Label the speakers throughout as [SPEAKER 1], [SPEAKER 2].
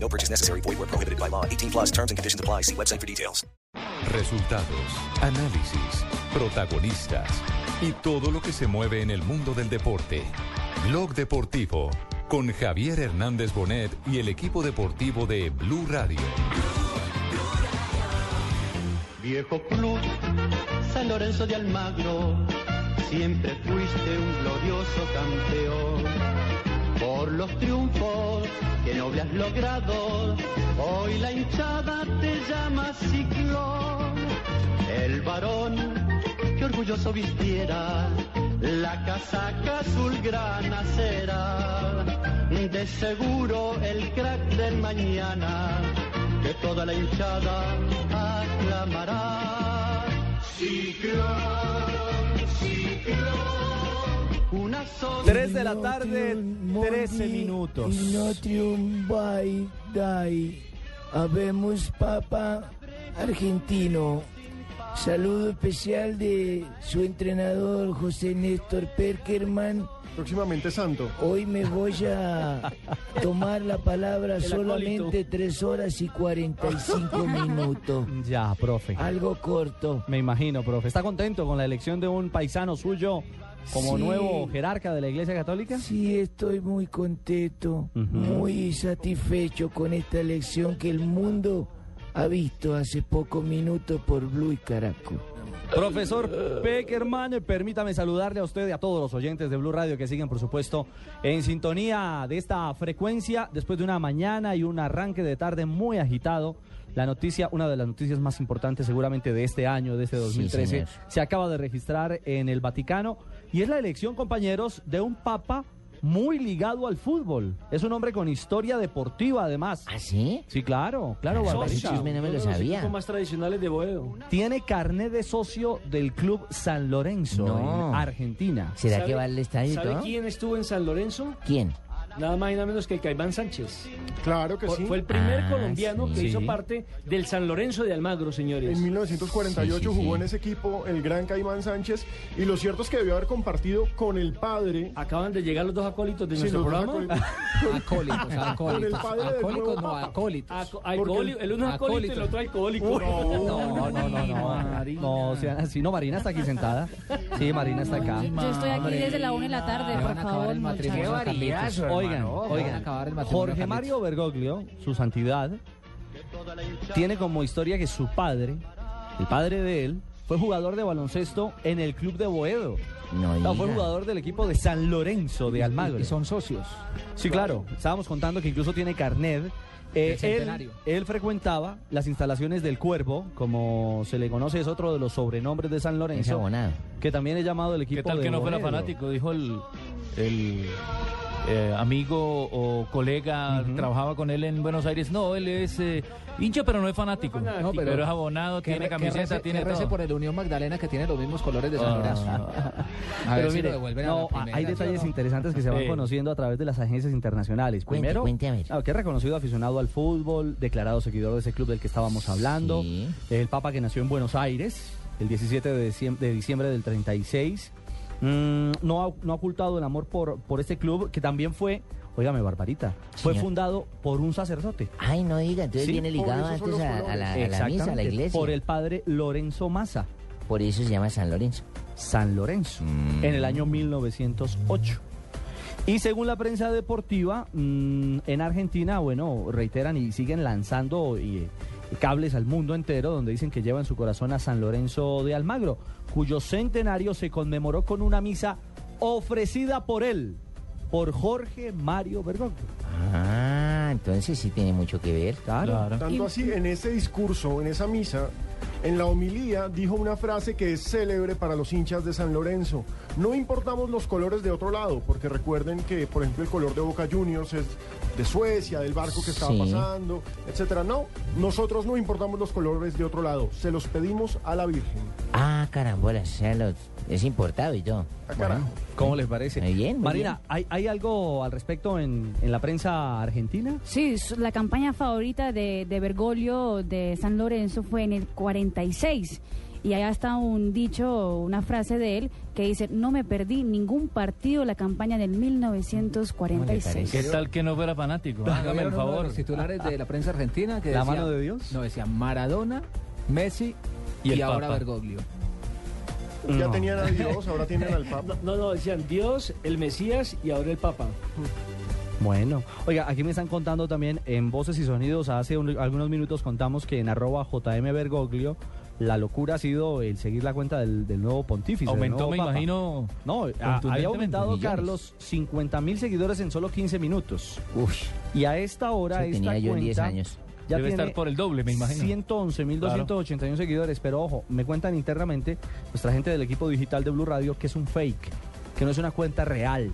[SPEAKER 1] No purchase necessary. Void where prohibited by law. 18 plus terms and conditions apply. See website for details.
[SPEAKER 2] Resultados, análisis, protagonistas y todo lo que se mueve en el mundo del deporte. Blog Deportivo con Javier Hernández Bonet y el equipo deportivo de Blue Radio.
[SPEAKER 3] Viejo club, San Lorenzo de Almagro, siempre fuiste un glorioso campeón. Por los triunfos que noble has logrado, hoy la hinchada te llama ciclón. El varón que orgulloso vistiera la casaca azul grana será. De seguro el crack del mañana, que toda la hinchada aclamará. Ciclón, ciclón. Una sola.
[SPEAKER 4] 3 de la tarde, 13 minutos.
[SPEAKER 5] Inotrium vai dai. Habemos papa argentino. Saludo especial de su entrenador José Néstor Perkerman.
[SPEAKER 6] Próximamente santo.
[SPEAKER 5] Hoy me voy a tomar la palabra solamente 3 horas y 45 minutos.
[SPEAKER 4] Ya, profe.
[SPEAKER 5] Algo corto.
[SPEAKER 4] Me imagino, profe. ¿Está contento con la elección de un paisano suyo como
[SPEAKER 5] Sí.
[SPEAKER 4] nuevo jerarca de la Iglesia Católica?
[SPEAKER 5] Sí, estoy muy contento, muy satisfecho con esta elección que el mundo ha visto hace pocos minutos por Blue y Caracol.
[SPEAKER 4] Profesor Peckerman, permítame saludarle a usted y a todos los oyentes de Blue Radio que siguen, por supuesto, en sintonía de esta frecuencia después de una mañana y un arranque de tarde muy agitado. La noticia, una de las noticias más importantes seguramente de este año, de este 2013, se acaba de registrar en el Vaticano y es la elección, compañeros, de un papa muy ligado al fútbol. Es un hombre con historia deportiva, además.
[SPEAKER 7] ¿Ah, sí?
[SPEAKER 4] Sí, claro, claro,
[SPEAKER 7] Ah,
[SPEAKER 4] Barbarita.
[SPEAKER 7] ese chisme no me lo sabía.
[SPEAKER 4] Tiene carnet de socio del club San Lorenzo
[SPEAKER 7] No.
[SPEAKER 4] en Argentina.
[SPEAKER 7] ¿Será que va al estadio y
[SPEAKER 8] ¿Sabe
[SPEAKER 7] todo?
[SPEAKER 8] quién estuvo en San Lorenzo?
[SPEAKER 7] ¿Quién?
[SPEAKER 8] Nada más y nada menos que el Caimán Sánchez.
[SPEAKER 6] Claro que
[SPEAKER 8] Fue-
[SPEAKER 6] sí.
[SPEAKER 8] Fue el primer
[SPEAKER 7] Ah,
[SPEAKER 8] colombiano
[SPEAKER 7] sí.
[SPEAKER 8] que hizo
[SPEAKER 4] Sí.
[SPEAKER 8] parte del San Lorenzo de Almagro, señores.
[SPEAKER 6] En 1948
[SPEAKER 7] Sí, sí, sí.
[SPEAKER 6] jugó en ese equipo el gran Caimán Sánchez y lo cierto es que debió haber compartido con el padre.
[SPEAKER 8] Acaban de llegar los dos acólitos de
[SPEAKER 6] Sí,
[SPEAKER 8] nuestro
[SPEAKER 6] los dos
[SPEAKER 8] programa.
[SPEAKER 9] Acólitos, acólitos.
[SPEAKER 6] padre del nuevo
[SPEAKER 9] Acólicos no,
[SPEAKER 6] papa.
[SPEAKER 9] acólitos.
[SPEAKER 8] Aco- alcohólico- el uno es acólito y el
[SPEAKER 9] Acólito.
[SPEAKER 8] otro alcohólico.
[SPEAKER 7] Uh,
[SPEAKER 6] Uy, no.
[SPEAKER 4] No, no, no, no.
[SPEAKER 5] Marina.
[SPEAKER 4] No, sean así. No, Marina está aquí sentada. Sí, Marina está acá.
[SPEAKER 10] Yo estoy aquí desde la una de la tarde,
[SPEAKER 9] Le
[SPEAKER 10] por
[SPEAKER 9] van a acabar
[SPEAKER 10] favor.
[SPEAKER 9] el matrimonio.
[SPEAKER 10] muchachos.
[SPEAKER 9] a Carlitos.
[SPEAKER 4] Oigan,
[SPEAKER 9] hermano, van a
[SPEAKER 4] oigan.
[SPEAKER 9] acabar el matrimonio a
[SPEAKER 4] Jorge
[SPEAKER 9] Carlitos.
[SPEAKER 4] Mario Bergoglio, su santidad, tiene como historia que su padre, el padre de él, fue jugador de baloncesto en el club de Boedo.
[SPEAKER 7] No,
[SPEAKER 4] No, fue
[SPEAKER 7] diga.
[SPEAKER 4] jugador del equipo de San Lorenzo de Almagro.
[SPEAKER 9] Y son socios.
[SPEAKER 4] Sí, claro. Estábamos contando que incluso tiene carnet. Eh,
[SPEAKER 9] Del
[SPEAKER 4] él,
[SPEAKER 9] centenario.
[SPEAKER 4] él frecuentaba las instalaciones del Cuervo, como se le conoce, es otro de los sobrenombres de San
[SPEAKER 7] Es
[SPEAKER 4] Lorenzo,
[SPEAKER 7] abonado.
[SPEAKER 4] que también es llamado el equipo
[SPEAKER 8] ¿Qué tal
[SPEAKER 4] de
[SPEAKER 8] que no
[SPEAKER 4] Boedo.
[SPEAKER 8] fuera fanático?
[SPEAKER 9] Dijo el, el, eh, amigo o colega
[SPEAKER 4] Ujú.
[SPEAKER 9] trabajaba con él en Buenos Aires. No, él es eh, hincha, pero no es fanático.
[SPEAKER 8] Fanático.
[SPEAKER 9] No, pero, es abonado, tiene camiseta, tiene todo. Ah.
[SPEAKER 8] el Unión Magdalena que tiene los mismos colores de San
[SPEAKER 9] A
[SPEAKER 4] Pero
[SPEAKER 9] ver si
[SPEAKER 4] mire,
[SPEAKER 9] lo devuelven a la
[SPEAKER 4] no, ah,
[SPEAKER 9] primera,
[SPEAKER 4] hay
[SPEAKER 9] ¿sí o
[SPEAKER 4] detalles
[SPEAKER 9] no?
[SPEAKER 4] interesantes que se van
[SPEAKER 9] Sí.
[SPEAKER 4] conociendo a través de las agencias internacionales.
[SPEAKER 7] Cuente,
[SPEAKER 4] Primero,
[SPEAKER 7] cuente, a ver.
[SPEAKER 4] claro, que es reconocido aficionado al fútbol, declarado seguidor de ese club del que estábamos hablando.
[SPEAKER 7] Sí.
[SPEAKER 4] El Papa que nació en Buenos Aires el 17 de diciembre, de diciembre del 36. Mm, no, ha, no ha ocultado el amor por, por este club que también fue, óigame, Barbarita, fue
[SPEAKER 7] Señor.
[SPEAKER 4] fundado por un sacerdote.
[SPEAKER 7] Ay, no diga, entonces
[SPEAKER 4] Sí,
[SPEAKER 7] viene ligado
[SPEAKER 6] por eso son
[SPEAKER 7] antes
[SPEAKER 6] los
[SPEAKER 7] a, a la, a la misa, a la
[SPEAKER 4] Exactamente,
[SPEAKER 7] iglesia.
[SPEAKER 4] Por el padre Lorenzo Massa,
[SPEAKER 7] Por eso se llama San Lorenzo.
[SPEAKER 4] San Lorenzo,
[SPEAKER 7] Mm.
[SPEAKER 4] en el año 1908. Y según la prensa deportiva, mm, en Argentina, bueno, reiteran y siguen lanzando y, eh, cables al mundo entero donde dicen que llevan su corazón a San Lorenzo de Almagro, cuyo centenario se conmemoró con una misa ofrecida por él, por Jorge Mario Bergoglio.
[SPEAKER 7] Ah, entonces sí tiene mucho que ver.
[SPEAKER 6] Tanto así, en ese discurso, en esa misa, en la homilía dijo una frase que es célebre para los hinchas de San Lorenzo. No importamos los colores de otro lado, porque recuerden que, por ejemplo, el color de Boca Juniors es de Suecia, del barco que estaba
[SPEAKER 7] Sí.
[SPEAKER 6] pasando, etcétera. No, nosotros no importamos los colores de otro lado, se los pedimos a la Virgen.
[SPEAKER 7] Ah, carambolas, o sea, los- es importado y todo.
[SPEAKER 6] carajo.
[SPEAKER 4] ¿Cómo les parece?
[SPEAKER 7] Muy bien, muy
[SPEAKER 4] Marina, ¿hay, hay algo al respecto en, en la prensa argentina?
[SPEAKER 10] Sí, su- la campaña favorita de, de Bergoglio de San Lorenzo fue en el 46. Y hay hasta un dicho, una frase de él que dice, no me perdí ningún partido la campaña del 1946.
[SPEAKER 9] ¿Qué tal que no fuera fanático? Hágame el
[SPEAKER 11] ¿Vieron uno de
[SPEAKER 9] favor.
[SPEAKER 11] Los titulares de la prensa argentina que
[SPEAKER 9] ¿La
[SPEAKER 11] decía-
[SPEAKER 9] mano de Dios?
[SPEAKER 11] No, decía Maradona, Messi
[SPEAKER 9] Y
[SPEAKER 11] y,
[SPEAKER 9] el
[SPEAKER 11] ahora
[SPEAKER 9] Papa.
[SPEAKER 11] Bergoglio.
[SPEAKER 6] Ya tenían a Dios, ahora tienen al Papa.
[SPEAKER 8] No, no, decían Dios, el Mesías y ahora el Papa.
[SPEAKER 4] Bueno, oiga, aquí me están contando también en Voces y Sonidos, hace un- algunos minutos contamos que en arroba JM Bergoglio, la locura ha sido el seguir la cuenta del, del nuevo pontífice. del
[SPEAKER 9] Aumentó,
[SPEAKER 4] nuevo
[SPEAKER 9] me
[SPEAKER 4] papa.
[SPEAKER 9] imagino,
[SPEAKER 4] No, a-
[SPEAKER 9] contundentemente,
[SPEAKER 4] había aumentado,
[SPEAKER 9] millones.
[SPEAKER 4] Carlos, 50 mil seguidores en solo 15 minutos. Y a
[SPEAKER 7] este
[SPEAKER 4] esta hora,
[SPEAKER 7] Eso
[SPEAKER 4] esta
[SPEAKER 7] tenía yo en 10
[SPEAKER 4] cuenta
[SPEAKER 7] años.
[SPEAKER 4] ya
[SPEAKER 9] Debe
[SPEAKER 4] tiene
[SPEAKER 9] estar por el doble, me imagino.
[SPEAKER 4] 111.281 seguidores, pero ojo, me cuentan internamente nuestra gente del equipo digital de Blue Radio que es un fake, que no es una cuenta real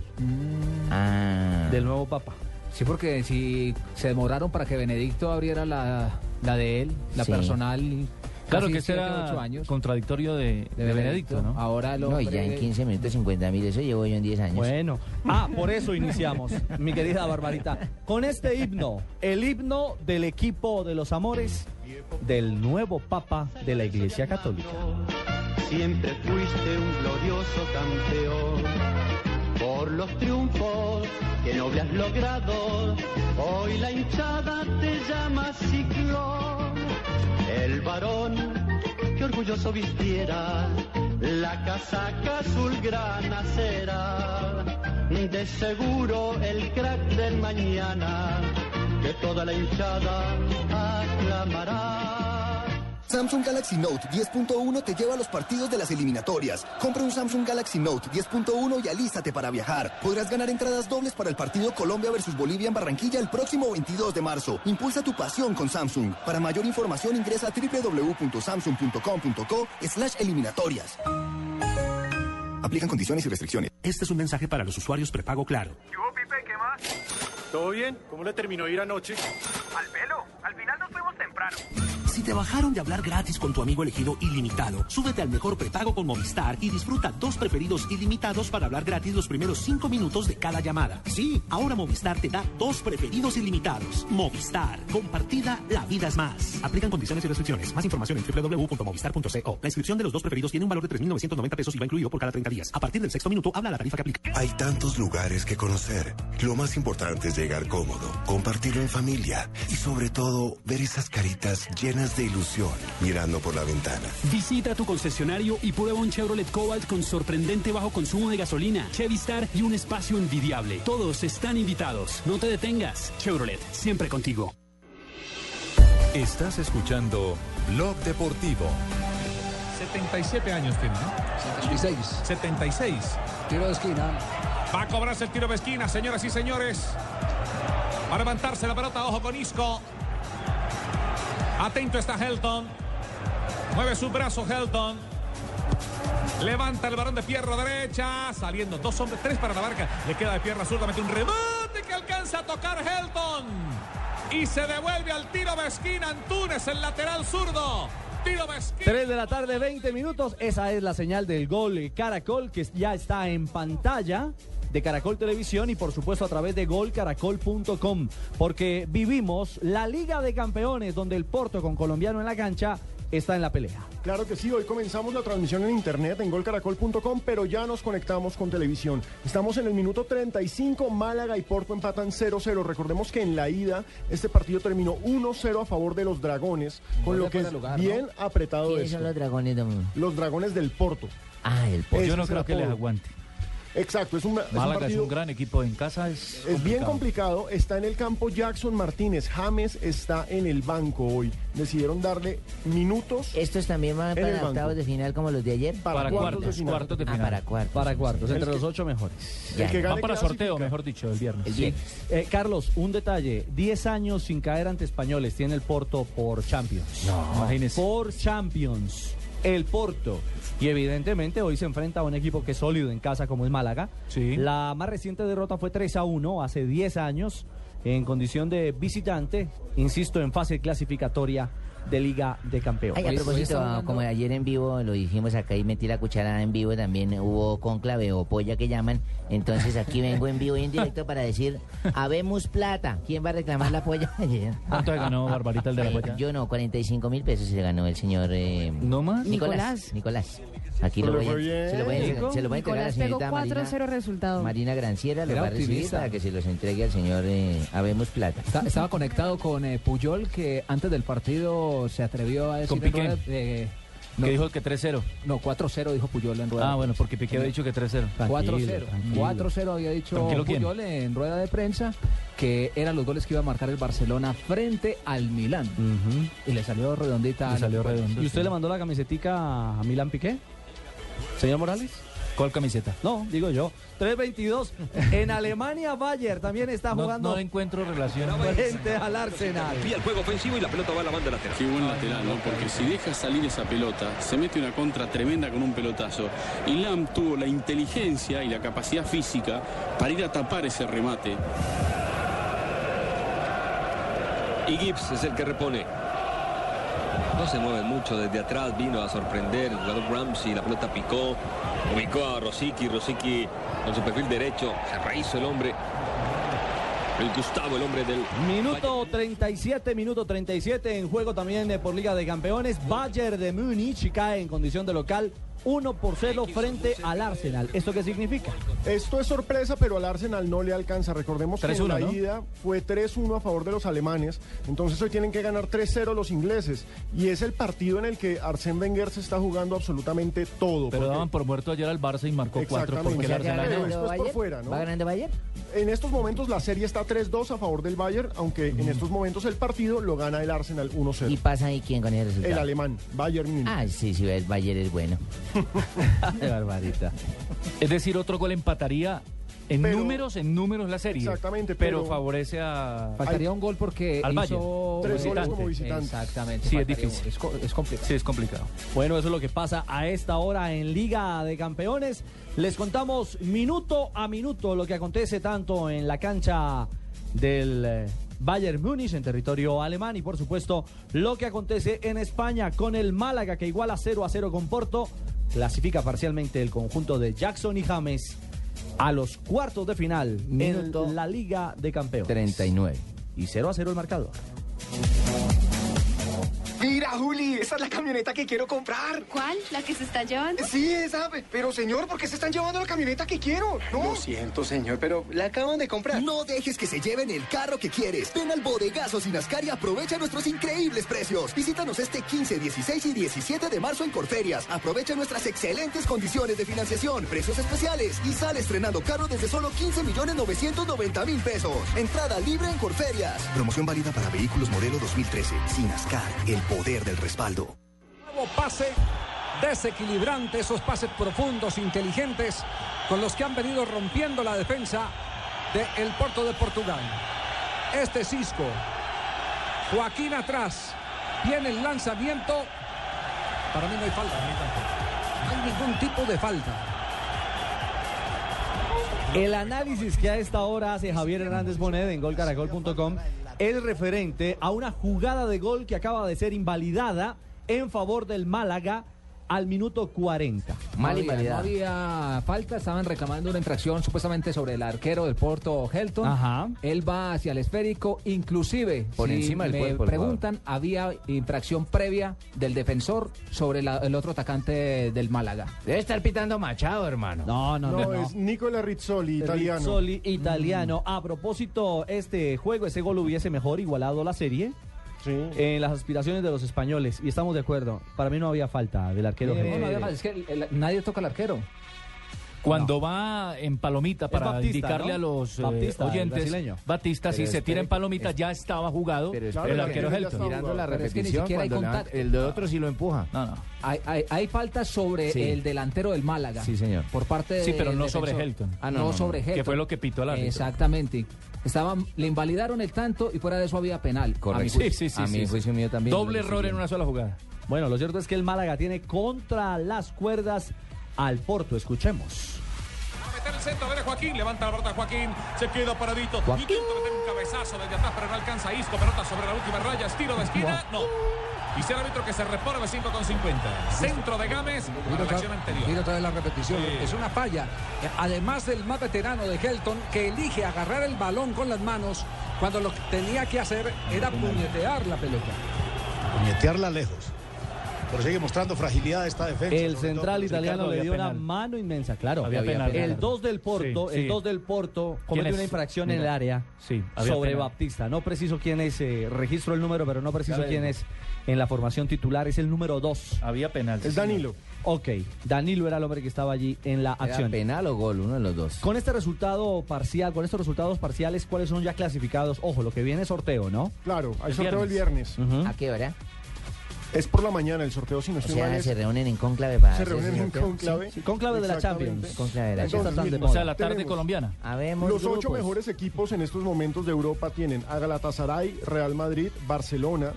[SPEAKER 7] Ah.
[SPEAKER 4] del nuevo papa.
[SPEAKER 11] Sí, porque si se demoraron para que Benedicto abriera la, la de él, la
[SPEAKER 7] Sí.
[SPEAKER 11] personal.
[SPEAKER 9] Claro
[SPEAKER 11] casi
[SPEAKER 9] que este
[SPEAKER 11] siete,
[SPEAKER 9] era
[SPEAKER 11] ocho años.
[SPEAKER 9] contradictorio de, de Benedicto, ¿no?
[SPEAKER 11] Ahora lo.
[SPEAKER 7] No, y ya en 15 minutos 50 mil, eso llevo yo en 10 años.
[SPEAKER 4] Bueno, ah, por eso iniciamos, mi querida Barbarita, con este himno, el himno del equipo de los amores del nuevo papa de la Iglesia Católica.
[SPEAKER 3] Siempre fuiste un glorioso campeón. Por los triunfos que noble has logrado, hoy la hinchada te llama ciclón. El varón que orgulloso vistiera la casaca azulgrana será. De seguro el crack del mañana que toda la hinchada aclamará.
[SPEAKER 12] Samsung Galaxy Note 10.1 te lleva a los partidos de las eliminatorias. Compra un Samsung Galaxy Note 10.1 y alístate para viajar. Podrás ganar entradas dobles para el partido Colombia versus Bolivia en Barranquilla el próximo 22 de marzo. Impulsa tu pasión con Samsung. Para mayor información ingresa a www.samsung.com.co slash eliminatorias. Aplican condiciones y restricciones.
[SPEAKER 13] Este es un mensaje para los usuarios prepago Claro.
[SPEAKER 14] ¿Todo bien? ¿Cómo le terminó ir anoche?
[SPEAKER 15] Al pelo, al final nos fuimos temprano.
[SPEAKER 13] Si te bajaron de hablar gratis con tu amigo elegido ilimitado, súbete al mejor prepago con Movistar y disfruta dos preferidos ilimitados para hablar gratis los primeros cinco minutos de cada llamada. Sí, ahora Movistar te da dos preferidos ilimitados. Movistar, compartida, la vida es más. Aplican condiciones y restricciones. Más información en www.movistar.co. La inscripción de los dos preferidos tiene un valor de 3.990 pesos y va incluido por cada 30 días. A partir del sexto minuto, habla la tarifa que aplica.
[SPEAKER 16] Hay tantos lugares que conocer. Lo más importante es llegar cómodo, compartirlo en familia y sobre todo ver esas caritas llenas de ilusión mirando por la ventana.
[SPEAKER 17] Visita tu concesionario y prueba un Chevrolet Cobalt con sorprendente bajo consumo de gasolina, Chevistar y un espacio envidiable. Todos están invitados. No te detengas. Chevrolet, siempre contigo.
[SPEAKER 2] Estás escuchando Blog Deportivo.
[SPEAKER 18] 77 años tiene, ¿no? 76. 76. Tiro de esquina. Va a cobrarse el tiro de esquina, señoras y señores. Va a levantarse la pelota, ojo con Isco. Atento está Helton. Mueve su brazo Helton. Levanta el varón de pierna derecha. Saliendo dos hombres, tres para la barca. Le queda de pierna zurda, mete un rebote que alcanza a tocar Helton. Y se devuelve al tiro de esquina Antunes, el lateral zurdo. Tiro de esquina.
[SPEAKER 4] 3 de la tarde, 20 minutos. Esa es la señal del gol Caracol que ya está en pantalla de Caracol Televisión y por supuesto a través de golcaracol.com porque vivimos la Liga de Campeones donde el Porto con colombiano en la cancha está en la pelea.
[SPEAKER 6] Claro que sí, hoy comenzamos la transmisión en internet en golcaracol.com, pero ya nos conectamos con televisión. Estamos en el minuto 35, Málaga y Porto empatan 0-0. Recordemos que en la ida este partido terminó 1-0 a favor de los Dragones, con
[SPEAKER 7] Gol
[SPEAKER 6] lo
[SPEAKER 7] de
[SPEAKER 6] que
[SPEAKER 7] fuera
[SPEAKER 6] es
[SPEAKER 7] de lugar, ¿no?
[SPEAKER 6] bien apretado
[SPEAKER 7] ¿Quiénes
[SPEAKER 6] esto.
[SPEAKER 7] son los dragones, don?
[SPEAKER 6] Los Dragones del Porto.
[SPEAKER 7] Ah, el
[SPEAKER 6] Ese
[SPEAKER 7] pollo.
[SPEAKER 6] es el apodo. Exacto, es un, es un
[SPEAKER 9] Málaga es
[SPEAKER 6] partido-
[SPEAKER 9] un gran equipo en casa. Es,
[SPEAKER 6] Es bien complicado, está en el campo Jackson Martínez, James está en el banco hoy. Decidieron darle minutos.
[SPEAKER 7] ¿Estos también van
[SPEAKER 6] en el
[SPEAKER 7] para
[SPEAKER 6] banco.
[SPEAKER 7] octavos de final como los de ayer?
[SPEAKER 6] Para Para cuartos de cuartos, final. cuartos de
[SPEAKER 7] Ah,
[SPEAKER 6] final.
[SPEAKER 7] para cuartos.
[SPEAKER 4] Para cuartos, entre
[SPEAKER 7] El
[SPEAKER 4] los
[SPEAKER 7] que-
[SPEAKER 4] ocho mejores.
[SPEAKER 7] Ya, ya.
[SPEAKER 9] Van para sorteo, mejor dicho, el viernes.
[SPEAKER 4] Sí. Eh, Carlos, un detalle, 10 años sin caer ante españoles tiene el Porto por Champions. Por Champions. El Porto. Y evidentemente hoy se enfrenta a un equipo que es sólido en casa como es Málaga. La más reciente derrota fue 3 a 1 hace 10 años. en condición de visitante, insisto, en fase clasificatoria de Liga de Campeones.
[SPEAKER 7] Ay, a propósito, como ayer en vivo lo dijimos acá y metí la cucharada en vivo, también hubo conclave o polla que llaman. Entonces aquí vengo en vivo y en directo para decir, habemos plata. ¿Quién va a reclamar la polla ayer?
[SPEAKER 9] ¿Cuánto se ganó Barbarita el de la
[SPEAKER 7] Eh,
[SPEAKER 9] polla?
[SPEAKER 7] Yo no, 45 mil pesos se ganó el señor... eh,
[SPEAKER 9] ¿No más?
[SPEAKER 7] Nicolás. Nicolás. Aquí lo
[SPEAKER 9] Pero
[SPEAKER 7] voy, a-
[SPEAKER 9] fue bien.
[SPEAKER 7] se lo voy a,
[SPEAKER 9] Nico.
[SPEAKER 7] se lo voy a entregar a la
[SPEAKER 19] Nicolás pegó
[SPEAKER 7] señorita
[SPEAKER 19] 4-0
[SPEAKER 7] Marina,
[SPEAKER 19] resultado.
[SPEAKER 7] Marina Granciera, lo
[SPEAKER 11] Era
[SPEAKER 7] va a recibir
[SPEAKER 11] optimista.
[SPEAKER 7] para que se los entregue al señor eh, Habemos Plata.
[SPEAKER 11] Está- estaba conectado con eh, Puyol, que antes del partido se atrevió a decir...
[SPEAKER 9] Con
[SPEAKER 11] en
[SPEAKER 9] Piqué.
[SPEAKER 11] rueda- eh, no,
[SPEAKER 9] Que dijo que 3-0.
[SPEAKER 11] no, 4-0 dijo Puyol en rueda.
[SPEAKER 9] Ah, bueno, porque Piqué había dicho que 3-0.
[SPEAKER 11] 4-0. 4-0 había dicho
[SPEAKER 9] Tranquilo, ¿quién?
[SPEAKER 11] Puyol en rueda de prensa que eran los goles que iba a marcar el Barcelona frente al Milán. Y le salió redondita.
[SPEAKER 4] Le
[SPEAKER 11] al
[SPEAKER 4] salió
[SPEAKER 11] Puyol.
[SPEAKER 4] redondo, ¿Y usted le mandó la camisetica a Milán Piqué? ¿Señor Morales?
[SPEAKER 9] ¿Cuál camiseta?
[SPEAKER 4] No, digo yo. 322. En Alemania, Bayer también está
[SPEAKER 9] No-
[SPEAKER 4] jugando
[SPEAKER 9] no encuentro relación.
[SPEAKER 4] frente al Arsenal.
[SPEAKER 20] Pía el juego ofensivo y la pelota va a la banda lateral.
[SPEAKER 12] Qué buen lateral, ¿no? Porque si deja salir esa pelota, se mete una contra tremenda con un pelotazo. Y Lam tuvo la inteligencia y la capacidad física para ir a tapar ese remate.
[SPEAKER 21] Y Gibbs es el que repone. No se mueven mucho desde atrás, vino a sorprender el jugador Ramsey, la pelota picó, ubicó a Rosicky, Rosicky con su perfil derecho, se rehizo el hombre. El Gustavo, el hombre del...
[SPEAKER 4] Minuto 37, minuto 37 en juego también eh, por Liga de Campeones. Bayern de Múnich cae en condición de local 1 por 0 frente al Arsenal. ¿Esto qué significa?
[SPEAKER 6] eh. Esto es sorpresa, pero al Arsenal no le alcanza. Recordemos que
[SPEAKER 4] 3-1,
[SPEAKER 6] en la
[SPEAKER 4] ¿no?
[SPEAKER 6] ida fue 3-1 a favor de los alemanes. Entonces hoy tienen que ganar 3-0 los ingleses. Y es el partido en el que Arsène Wenger se está jugando absolutamente todo.
[SPEAKER 9] Pero
[SPEAKER 6] porque-
[SPEAKER 9] daban por muerto ayer al Barça y marcó 4
[SPEAKER 6] Exactamente.
[SPEAKER 9] porque el
[SPEAKER 6] O sea,
[SPEAKER 9] Arsenal
[SPEAKER 6] pero
[SPEAKER 9] ganó.
[SPEAKER 6] esto es por fuera, ¿no?
[SPEAKER 9] ¿Va
[SPEAKER 7] ganando Bayern?
[SPEAKER 6] En estos momentos la serie está 3-2 a favor del Bayern, aunque en estos momentos el partido lo gana el Arsenal 1-0.
[SPEAKER 7] ¿Y pasa ahí quién con el resultado?
[SPEAKER 6] El alemán, Bayern Múnich.
[SPEAKER 7] Ah, sí, sí, el Bayern es bueno.
[SPEAKER 9] Barbarita. Es decir, otro gol empataría en números, en números la serie.
[SPEAKER 6] Exactamente,
[SPEAKER 9] pero,
[SPEAKER 6] pero-
[SPEAKER 9] favorece a
[SPEAKER 11] Faltaría un gol porque
[SPEAKER 9] al
[SPEAKER 11] hizo...
[SPEAKER 9] Bayern.
[SPEAKER 11] Exactamente.
[SPEAKER 9] Sí,
[SPEAKER 11] faltaría
[SPEAKER 9] es
[SPEAKER 11] un-
[SPEAKER 9] difícil.
[SPEAKER 11] es co- es complicado.
[SPEAKER 9] Sí, es complicado.
[SPEAKER 4] Bueno, eso es lo que pasa a esta hora en Liga de Campeones. Les contamos minuto a minuto lo que acontece tanto en la cancha del eh, Bayern Múnich en territorio alemán y por supuesto lo que acontece en España con el Málaga que iguala 0 a 0 con Porto, clasifica parcialmente el conjunto de Jackson y James a los cuartos de final
[SPEAKER 7] Minuto
[SPEAKER 4] en la Liga de Campeones.
[SPEAKER 7] 39.
[SPEAKER 4] Y 0 a 0 el marcador.
[SPEAKER 22] Mira, Juli, esa es la camioneta que quiero comprar. ¿Cuál? ¿La que se está llevando? Sí, esa. Pero, señor, ¿por qué se están llevando la camioneta que quiero? No.
[SPEAKER 23] Lo siento, señor, pero la acaban de comprar. No dejes que se lleven el carro que quieres. Ven al bodegazo Sinascar y aprovecha nuestros increíbles precios. Visítanos este 15, 16 y 17 de marzo en Corferias. Aprovecha nuestras excelentes condiciones de financiación, precios especiales y sale estrenando carro desde solo 15 millones 990 mil pesos. Entrada libre en Corferias. Promoción válida para vehículos modelo 2013. Sinascar, el poder del respaldo.
[SPEAKER 24] Nuevo pase desequilibrante, esos pases profundos, inteligentes, con los que han venido rompiendo la defensa del Porto de Portugal. Este Cisco, Joaquín atrás, viene el lanzamiento. Para mí no hay falta. No hay ningún tipo de falta.
[SPEAKER 4] El análisis que a esta hora hace Javier Hernández Bonet en golcaracol.com es referente a una jugada de gol que acaba de ser invalidada en favor del Málaga al minuto 40.
[SPEAKER 11] no había, no había falta, estaban reclamando una infracción supuestamente sobre el arquero del Porto Helton.
[SPEAKER 4] Ajá.
[SPEAKER 11] Él va hacia el esférico, inclusive
[SPEAKER 7] Por
[SPEAKER 11] si
[SPEAKER 7] encima del
[SPEAKER 11] me
[SPEAKER 7] cuerpo, el
[SPEAKER 11] preguntan, había infracción previa del defensor sobre la- el otro atacante del Málaga.
[SPEAKER 7] Debe estar pitando Machado, hermano.
[SPEAKER 4] No,
[SPEAKER 6] No, es Nicola Rizzoli, italiano. Mm.
[SPEAKER 4] Rizzoli, italiano. A propósito, este juego, ese gol hubiese mejor igualado la serie. En las aspiraciones de los españoles, y estamos de acuerdo, para mí no había falta del arquero.
[SPEAKER 11] Eh,
[SPEAKER 4] Helton.
[SPEAKER 11] no, no había falta, es que el- el- nadie toca al arquero.
[SPEAKER 9] Cuando va en palomita para
[SPEAKER 4] Baptista,
[SPEAKER 9] indicarle
[SPEAKER 4] ¿no?
[SPEAKER 9] a los eh,
[SPEAKER 4] Batista, el
[SPEAKER 9] oyentes,
[SPEAKER 4] brasileño.
[SPEAKER 9] Batista, si
[SPEAKER 4] Pero
[SPEAKER 9] se
[SPEAKER 4] espere,
[SPEAKER 9] tira en palomita, ya estaba jugado el arquero Helton.
[SPEAKER 7] el de otro sí lo empuja.
[SPEAKER 9] No, no.
[SPEAKER 11] Hay, hay- hay falta sobre
[SPEAKER 7] Sí.
[SPEAKER 11] el delantero del Málaga.
[SPEAKER 7] Sí, señor.
[SPEAKER 11] Por parte de
[SPEAKER 9] Sí, pero no sobre Helton.
[SPEAKER 11] Ah, no, no, sobre Helton.
[SPEAKER 9] Que fue lo que pitó el árbitro.
[SPEAKER 11] Exactamente. Estaban, le invalidaron el tanto y fuera de eso había penal.
[SPEAKER 9] Correcto.
[SPEAKER 11] A mi
[SPEAKER 9] Sí,
[SPEAKER 11] juicio.
[SPEAKER 9] sí, sí, A mi sí, sí. juicio mío también. Doble error en una sola jugada.
[SPEAKER 4] Bueno, lo cierto es que el Málaga tiene contra las cuerdas al Porto. Escuchemos.
[SPEAKER 18] Está en el centro, viene Joaquín, levanta la pelota Joaquín, se queda paradito. Intenta meter un cabezazo desde atrás, pero no alcanza Isco. Pelota sobre la última raya. Es tiro de esquina. No. Y será el árbitro que se repone de 5 con 50. Centro de Gámez.
[SPEAKER 24] Mira
[SPEAKER 18] para la
[SPEAKER 24] otra,
[SPEAKER 18] acción anterior.
[SPEAKER 24] mira otra vez la repetición.
[SPEAKER 18] Sí.
[SPEAKER 24] Es una falla. Eh, Además del más veterano de Helton, que elige agarrar el balón con las manos cuando lo que tenía que hacer era puñetear la pelota.
[SPEAKER 25] Puñetearla lejos. Pero sigue mostrando fragilidad de esta defensa.
[SPEAKER 4] El central
[SPEAKER 25] este
[SPEAKER 4] italiano le dio una mano inmensa, claro.
[SPEAKER 25] Había penal,
[SPEAKER 4] El
[SPEAKER 25] Ricardo.
[SPEAKER 4] 2 del Porto,
[SPEAKER 25] Sí, sí.
[SPEAKER 4] el 2 del Porto
[SPEAKER 25] ¿Quién
[SPEAKER 4] comete
[SPEAKER 25] es?
[SPEAKER 4] una infracción en el
[SPEAKER 25] Mira.
[SPEAKER 4] área
[SPEAKER 25] Sí, había
[SPEAKER 4] sobre
[SPEAKER 25] penal.
[SPEAKER 4] Baptista. No preciso quién es, eh, registro el número, pero no preciso
[SPEAKER 25] Ya
[SPEAKER 4] quién
[SPEAKER 25] veremos.
[SPEAKER 4] es en la formación titular. Es el número 2. Había penal.
[SPEAKER 6] Es señor. Danilo.
[SPEAKER 4] Ok, Danilo era el hombre que estaba allí en la acción.
[SPEAKER 9] penal o gol? Uno de los dos.
[SPEAKER 4] Con este resultado parcial, con estos resultados parciales, ¿cuáles son ya clasificados? Ojo, lo que viene es sorteo, ¿no?
[SPEAKER 6] Claro, Mm. hay sorteo el viernes.
[SPEAKER 9] ¿A qué hora?
[SPEAKER 6] Es por la mañana el sorteo, si no
[SPEAKER 9] O
[SPEAKER 6] estoy
[SPEAKER 9] sea,
[SPEAKER 6] mal,
[SPEAKER 9] se
[SPEAKER 6] es-
[SPEAKER 9] reúnen en conclave para.
[SPEAKER 6] Se
[SPEAKER 9] hacer
[SPEAKER 6] reúnen
[SPEAKER 9] ese
[SPEAKER 6] en
[SPEAKER 9] sorteo.
[SPEAKER 6] conclave.
[SPEAKER 9] Sí, sí.
[SPEAKER 4] Conclave de la
[SPEAKER 6] Exactamente.
[SPEAKER 4] Champions.
[SPEAKER 9] Conclave de la
[SPEAKER 6] Entonces,
[SPEAKER 9] Champions.
[SPEAKER 6] mismo, tenemos
[SPEAKER 9] Habemos
[SPEAKER 6] los ocho
[SPEAKER 9] grupos.
[SPEAKER 6] mejores equipos en estos momentos de Europa tienen a Galatasaray, Real Madrid, Barcelona.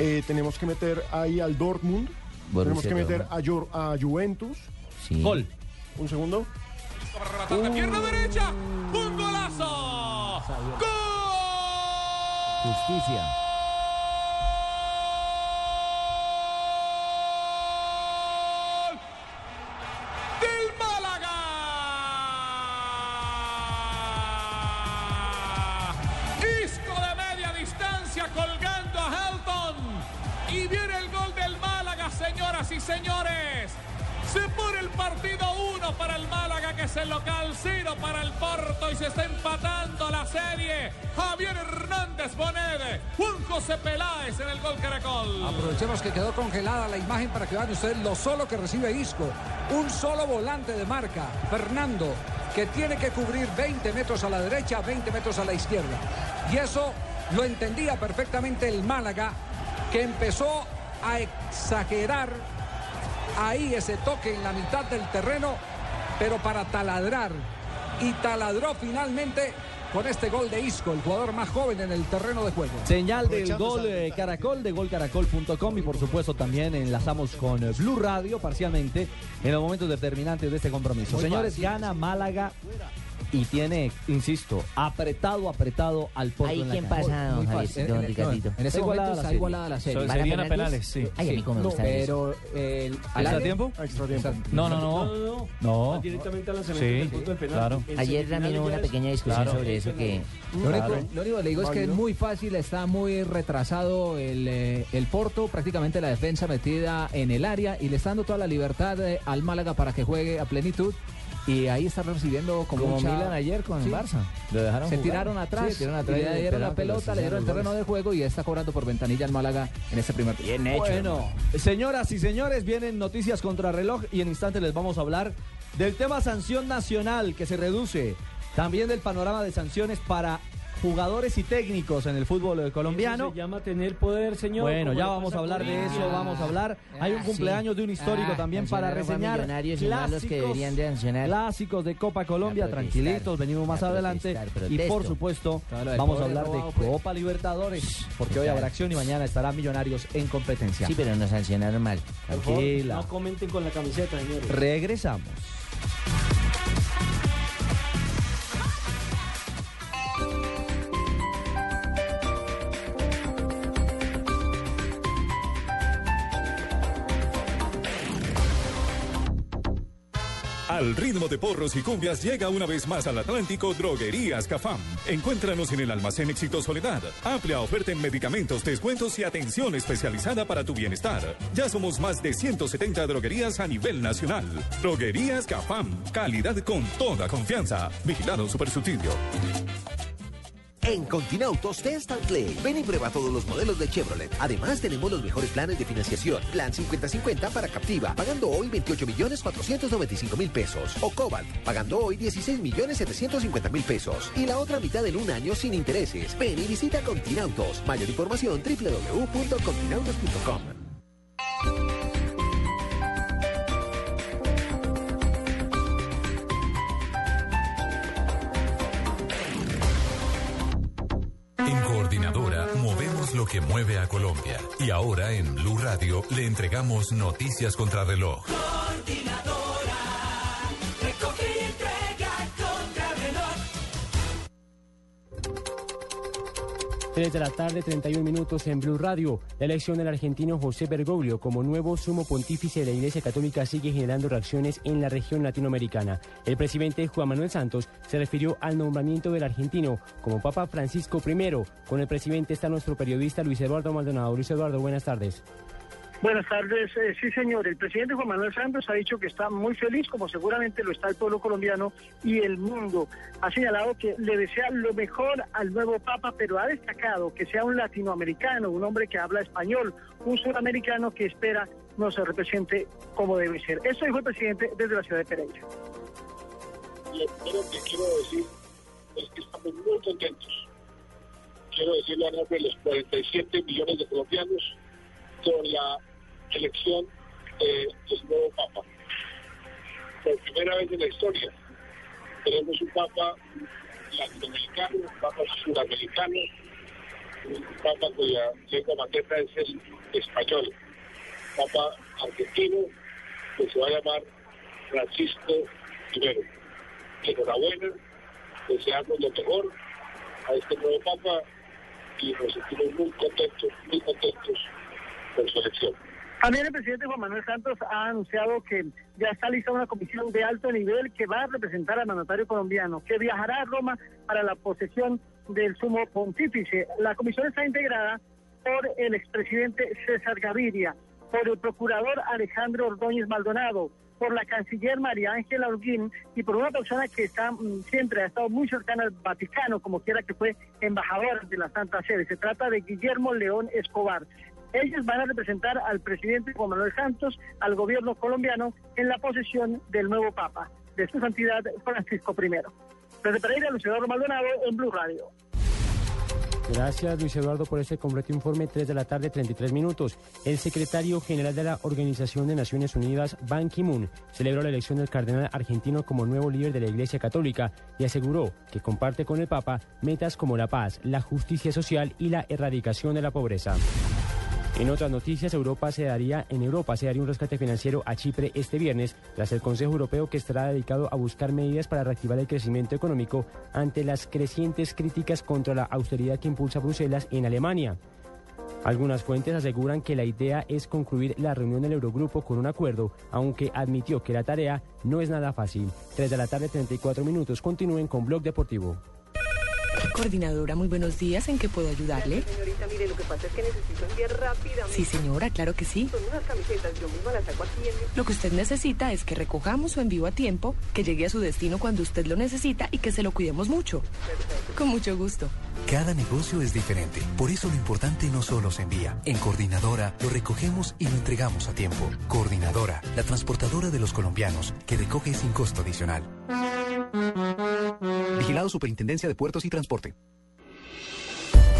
[SPEAKER 6] Eh, tenemos que meter ahí al Dortmund. tenemos
[SPEAKER 9] Borussia
[SPEAKER 6] que meter a, Ju- a Juventus.
[SPEAKER 4] Gol.
[SPEAKER 6] Un segundo.
[SPEAKER 18] Rematar de pierna derecha. Un golazo.
[SPEAKER 9] Justicia.
[SPEAKER 18] Gol del Málaga. Disco de media distancia colgando a Helton. Y viene el gol del Málaga, señoras y señores. Se pone el partido 1 para el Málaga, que es el local 0 para el Porto y se está empatando la serie. Javier Hernández Bonet, Juan José Peláez en el gol Caracol.
[SPEAKER 24] Aprovechemos que quedó congelada la imagen para que vean ustedes lo solo que recibe Isco. Un solo volante de marca, Fernando, que tiene que cubrir 20 metros a la derecha, 20 metros a la izquierda. Y eso lo entendía perfectamente el Málaga, que empezó a exagerar ahí ese toque en la mitad del terreno, pero para taladrar. Y taladró finalmente con este gol de Isco, el jugador más joven en el terreno de juego.
[SPEAKER 4] Señal del gol eh, Caracol, de golcaracol.com y por supuesto también enlazamos con eh, Blue Radio parcialmente en los momentos determinantes de este compromiso.
[SPEAKER 25] Muy
[SPEAKER 4] Señores,
[SPEAKER 25] fácil.
[SPEAKER 4] gana Málaga y tiene, insisto, apretado, apretado al Porto
[SPEAKER 9] Ahí
[SPEAKER 4] en la
[SPEAKER 9] quién
[SPEAKER 4] cancha.
[SPEAKER 9] pasa, don
[SPEAKER 4] Muy
[SPEAKER 9] Javier,
[SPEAKER 4] fácil.
[SPEAKER 9] don
[SPEAKER 4] Eh, eh,
[SPEAKER 9] Ricardito.
[SPEAKER 4] no, En este
[SPEAKER 9] Está igualada
[SPEAKER 4] momento
[SPEAKER 9] la
[SPEAKER 4] está
[SPEAKER 9] serie.
[SPEAKER 4] igualada la serie.
[SPEAKER 9] So- ¿Van a
[SPEAKER 4] ¿Serían a
[SPEAKER 9] penales?
[SPEAKER 4] penales?
[SPEAKER 9] Ay, a mí cómo me
[SPEAKER 11] No,
[SPEAKER 9] gusta ver eso.
[SPEAKER 11] pero eh, el-
[SPEAKER 9] ¿Extra
[SPEAKER 11] aire?
[SPEAKER 9] tiempo?
[SPEAKER 11] Extra tiempo.
[SPEAKER 7] No, no, no. No.
[SPEAKER 11] Directamente al
[SPEAKER 7] lanzamiento Sí, del punto del penal. claro. En
[SPEAKER 9] Ayer
[SPEAKER 7] semifinales
[SPEAKER 9] también hubo
[SPEAKER 7] ya
[SPEAKER 9] una
[SPEAKER 7] es-
[SPEAKER 9] pequeña discusión
[SPEAKER 7] Claro.
[SPEAKER 9] sobre eso que.
[SPEAKER 7] Lo único-
[SPEAKER 9] Claro.
[SPEAKER 11] Lo único que le digo es que es
[SPEAKER 9] Válido.
[SPEAKER 11] muy fácil, está muy retrasado el, eh, el Porto, prácticamente la defensa metida en el área y le está dando toda la libertad eh, al Málaga para que juegue a plenitud y ahí está recibiendo como
[SPEAKER 9] Como Milan ayer con el Barça. Lo dejaron
[SPEAKER 11] se
[SPEAKER 9] jugar.
[SPEAKER 11] tiraron atrás,
[SPEAKER 9] Sí, tiraron atrás
[SPEAKER 11] y
[SPEAKER 9] y
[SPEAKER 11] le dieron
[SPEAKER 9] esperaron
[SPEAKER 11] la
[SPEAKER 9] que les
[SPEAKER 11] pelota, le dieron el
[SPEAKER 9] hicieran los
[SPEAKER 11] terreno de juego y está cobrando por ventanilla al Málaga en este primer tiempo.
[SPEAKER 4] Bueno, señoras y señores, vienen noticias contra reloj y en instantes les vamos a hablar del tema sanción nacional que se reduce, también del panorama de sanciones para jugadores y técnicos en el fútbol eh, colombiano.
[SPEAKER 8] se llama tener poder, señor.
[SPEAKER 4] Bueno,
[SPEAKER 8] como
[SPEAKER 4] ya
[SPEAKER 8] le
[SPEAKER 4] vamos
[SPEAKER 8] pasa
[SPEAKER 4] a hablar de
[SPEAKER 8] Corinthians.
[SPEAKER 4] eso, vamos a hablar. Hay un
[SPEAKER 9] Ah,
[SPEAKER 4] cumpleaños
[SPEAKER 9] sí.
[SPEAKER 4] de un histórico
[SPEAKER 9] Ah,
[SPEAKER 4] también para
[SPEAKER 9] sancionaron a
[SPEAKER 4] reseñar
[SPEAKER 9] Millonarios y no a los que
[SPEAKER 4] clásicos,
[SPEAKER 9] deberían de sancionar.
[SPEAKER 4] clásicos de Copa Colombia,
[SPEAKER 9] A protestar,
[SPEAKER 4] tranquilitos, venimos más
[SPEAKER 9] a
[SPEAKER 4] adelante
[SPEAKER 9] protestar,
[SPEAKER 4] y por
[SPEAKER 9] protesto.
[SPEAKER 4] supuesto
[SPEAKER 9] Todo lo del
[SPEAKER 4] vamos a
[SPEAKER 9] pobre
[SPEAKER 4] hablar de
[SPEAKER 9] robado, pues.
[SPEAKER 4] Copa Libertadores, porque hoy
[SPEAKER 9] Claro.
[SPEAKER 4] habrá acción y mañana estará Millonarios en competencia.
[SPEAKER 9] Sí, pero nos sancionaron mal.
[SPEAKER 4] Por favor, Tranquila.
[SPEAKER 8] No comenten con la camiseta, señores.
[SPEAKER 4] Regresamos.
[SPEAKER 26] Al ritmo de porros y cumbias llega una vez más al Atlántico Droguerías Cafam. Encuéntranos en el almacén Éxito Soledad. Amplia oferta en medicamentos, descuentos y atención especializada para tu bienestar. Ya somos más de 170 droguerías a nivel nacional. Droguerías Cafam. Calidad con toda confianza. Vigilado Supersubsidio.
[SPEAKER 13] En Continautos Test and Play. Ven y prueba todos los modelos de Chevrolet. Además, tenemos los mejores planes de financiación. Plan 50-50 para Captiva, pagando hoy 28 millones 495 mil pesos. O Cobalt, pagando hoy 16 millones 750 mil pesos. Y la otra mitad en un año sin intereses. Ven y visita Continautos. Mayor información www.continautos.com.
[SPEAKER 2] En Coordinadora movemos lo que mueve a Colombia. Y ahora en Blue Radio le entregamos noticias contra reloj.
[SPEAKER 23] Coordinadora, recoge y entrega contra reloj.
[SPEAKER 27] 3 de la tarde, 31 minutos en Blue Radio. La elección del argentino José Bergoglio como nuevo sumo pontífice de la Iglesia Católica sigue generando reacciones en la región latinoamericana. El presidente Juan Manuel Santos se refirió al nombramiento del argentino como Papa Francisco I. Con el presidente está nuestro periodista Luis Eduardo Maldonado. Luis Eduardo, buenas tardes.
[SPEAKER 28] Buenas tardes. Eh, sí, señor. El presidente Juan Manuel Santos ha dicho que está muy feliz, como seguramente lo está el pueblo colombiano y el mundo. Ha señalado que le desea lo mejor al nuevo Papa, pero ha destacado que sea un latinoamericano, un hombre que habla español, un suramericano que espera nos represente como debe ser. Eso dijo el presidente desde la ciudad de Pereira.
[SPEAKER 29] Y espero que quiero decir es que estamos muy contentos. Quiero decirle a nombre de los 47 millones de colombianos con la elección de, del nuevo Papa. Por primera vez en la historia tenemos un Papa latinoamericano, un Papa suramericano, un Papa cuya lengua materna es el español, un Papa argentino que se va a llamar Francisco I. Enhorabuena, deseamos lo mejor a este nuevo Papa y nos sentimos muy contentos, muy contentos por su elección.
[SPEAKER 28] También el presidente Juan Manuel Santos ha anunciado que ya está lista una comisión de alto nivel que va a representar al mandatario colombiano, que viajará a Roma para la posesión del sumo pontífice. La comisión está integrada por el expresidente César Gaviria, por el procurador Alejandro Ordóñez Maldonado, por la canciller María Ángela Holguín y por una persona que está mm, siempre ha estado muy cercana al Vaticano, como quiera que fue embajador de la Santa Sede. Se trata de Guillermo León Escobar. Ellos van a representar al presidente Juan Manuel Santos, al gobierno colombiano, en la posesión del nuevo Papa, de su santidad Francisco I. Desde Pereira, Luis Eduardo Maldonado, en Blue Radio.
[SPEAKER 27] Gracias Luis Eduardo por este completo informe, 3 de la tarde, 33 minutos. El secretario general de la Organización de Naciones Unidas, Ban Ki-moon, celebró la elección del cardenal argentino como nuevo líder de la Iglesia Católica y aseguró que comparte con el Papa metas como la paz, la justicia social y la erradicación de la pobreza. En otras noticias, Europa se daría, en Europa se daría un rescate financiero a Chipre este viernes, tras el Consejo Europeo que estará dedicado a buscar medidas para reactivar el crecimiento económico ante las crecientes críticas contra la austeridad que impulsa Bruselas en Alemania. Algunas fuentes aseguran que la idea es concluir la reunión del Eurogrupo con un acuerdo, aunque admitió que la tarea no es nada fácil. 3 de la tarde, 34 minutos. Continúen con Blog Deportivo.
[SPEAKER 30] Coordinadora, muy buenos días. ¿En qué puedo ayudarle?
[SPEAKER 31] Señorita, mire, lo que pasa es que necesito enviar rápidamente.
[SPEAKER 30] Sí, señora, claro que sí.
[SPEAKER 31] Son unas camisetas, yo misma las saco aquí en mi...
[SPEAKER 30] Lo que usted necesita es que recojamos su envío a tiempo, que llegue a su destino cuando usted lo necesita y que se lo cuidemos mucho. Con mucho gusto.
[SPEAKER 32] Cada negocio es diferente, por eso lo importante no solo se envía. En Coordinadora lo recogemos y lo entregamos a tiempo. Coordinadora, la transportadora de los colombianos, que recoge sin costo adicional.
[SPEAKER 13] Vigilado Superintendencia de Puertos y Transporte.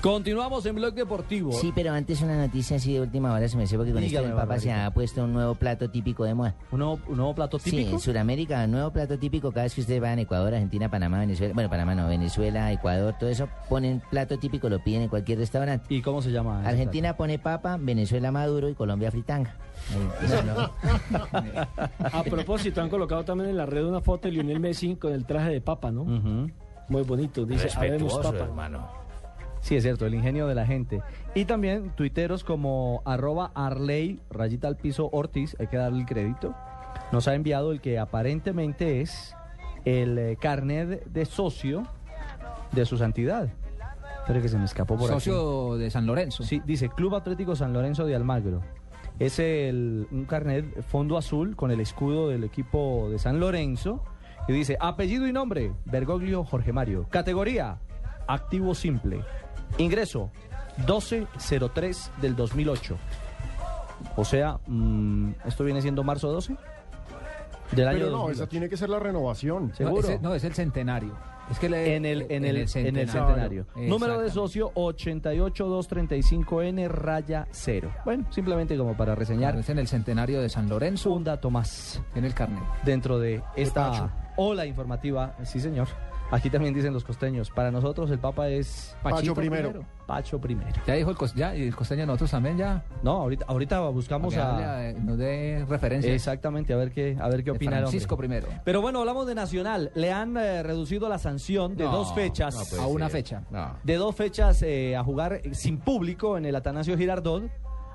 [SPEAKER 4] Continuamos en Blog Deportivo.
[SPEAKER 7] Sí, pero antes una noticia así de última hora se me sepa que con
[SPEAKER 4] Dígame,
[SPEAKER 7] esto del Papa se
[SPEAKER 4] Barbarita.
[SPEAKER 7] ha puesto un nuevo plato típico de moda.
[SPEAKER 4] ¿Un nuevo, un nuevo plato
[SPEAKER 7] Sí,
[SPEAKER 4] típico?
[SPEAKER 7] en Sudamérica, un nuevo plato típico cada vez que ustedes van a Ecuador, Argentina, Panamá, Venezuela. Bueno, Panamá no, Venezuela, Ecuador, todo eso ponen plato típico, lo piden en cualquier restaurante.
[SPEAKER 4] ¿Y cómo se llama? ese
[SPEAKER 7] Argentina pone papa, Venezuela maduro y Colombia fritanga. Ahí, no, no.
[SPEAKER 8] A propósito, han colocado también en la red una foto de Lionel Messi con el traje de papa, ¿no? Muy bonito, dice, habemos
[SPEAKER 4] Respetuoso,
[SPEAKER 8] papa.
[SPEAKER 4] Sí, es cierto, el ingenio de la gente. Y también tuiteros como arroba Arley, rayita al piso Ortiz, hay que darle el crédito, nos ha enviado el que aparentemente es el eh, carnet de socio de su santidad. Espere que se me escapó por aquí.
[SPEAKER 11] Socio de San Lorenzo.
[SPEAKER 4] Sí, dice Club Atlético San Lorenzo de Almagro. Es el, un carnet fondo azul con el escudo del equipo de San Lorenzo. Y dice, apellido y nombre, Bergoglio Jorge Mario. Categoría, activo simple. Ingreso, 1203 del 2008. O sea, mm, ¿esto viene siendo marzo 12? Del año
[SPEAKER 6] Pero no,
[SPEAKER 4] 2008.
[SPEAKER 6] esa tiene que ser la renovación.
[SPEAKER 11] No, ese- no, es el centenario. Es que le-
[SPEAKER 4] En el, en el, en el centenario. Número de socio 88235N raya 0. Bueno, simplemente como para reseñar.
[SPEAKER 11] Es en el centenario de San Lorenzo.
[SPEAKER 4] Un dato más.
[SPEAKER 11] En el carnet.
[SPEAKER 4] Dentro de
[SPEAKER 11] Pacho.
[SPEAKER 4] esta ola informativa, sí señor. Aquí también dicen los costeños, para nosotros el Papa es
[SPEAKER 11] Pachito primero.
[SPEAKER 4] Pacho primero.
[SPEAKER 11] Ya dijo el, cos- ya, y el costeño nosotros también ya.
[SPEAKER 4] No, ahorita, ahorita buscamos
[SPEAKER 11] Para que
[SPEAKER 4] a-
[SPEAKER 11] hable, eh, nos dé referencias.
[SPEAKER 4] Exactamente, a ver qué, a ver
[SPEAKER 11] De
[SPEAKER 4] qué opina el hombre.
[SPEAKER 11] Francisco primero.
[SPEAKER 4] Pero bueno, hablamos de Nacional. Le han eh, reducido la sanción de
[SPEAKER 11] No,
[SPEAKER 4] dos fechas.
[SPEAKER 11] no puede A una ser. fecha. No.
[SPEAKER 4] De dos fechas eh, a jugar eh, sin público en el Atanasio Girardot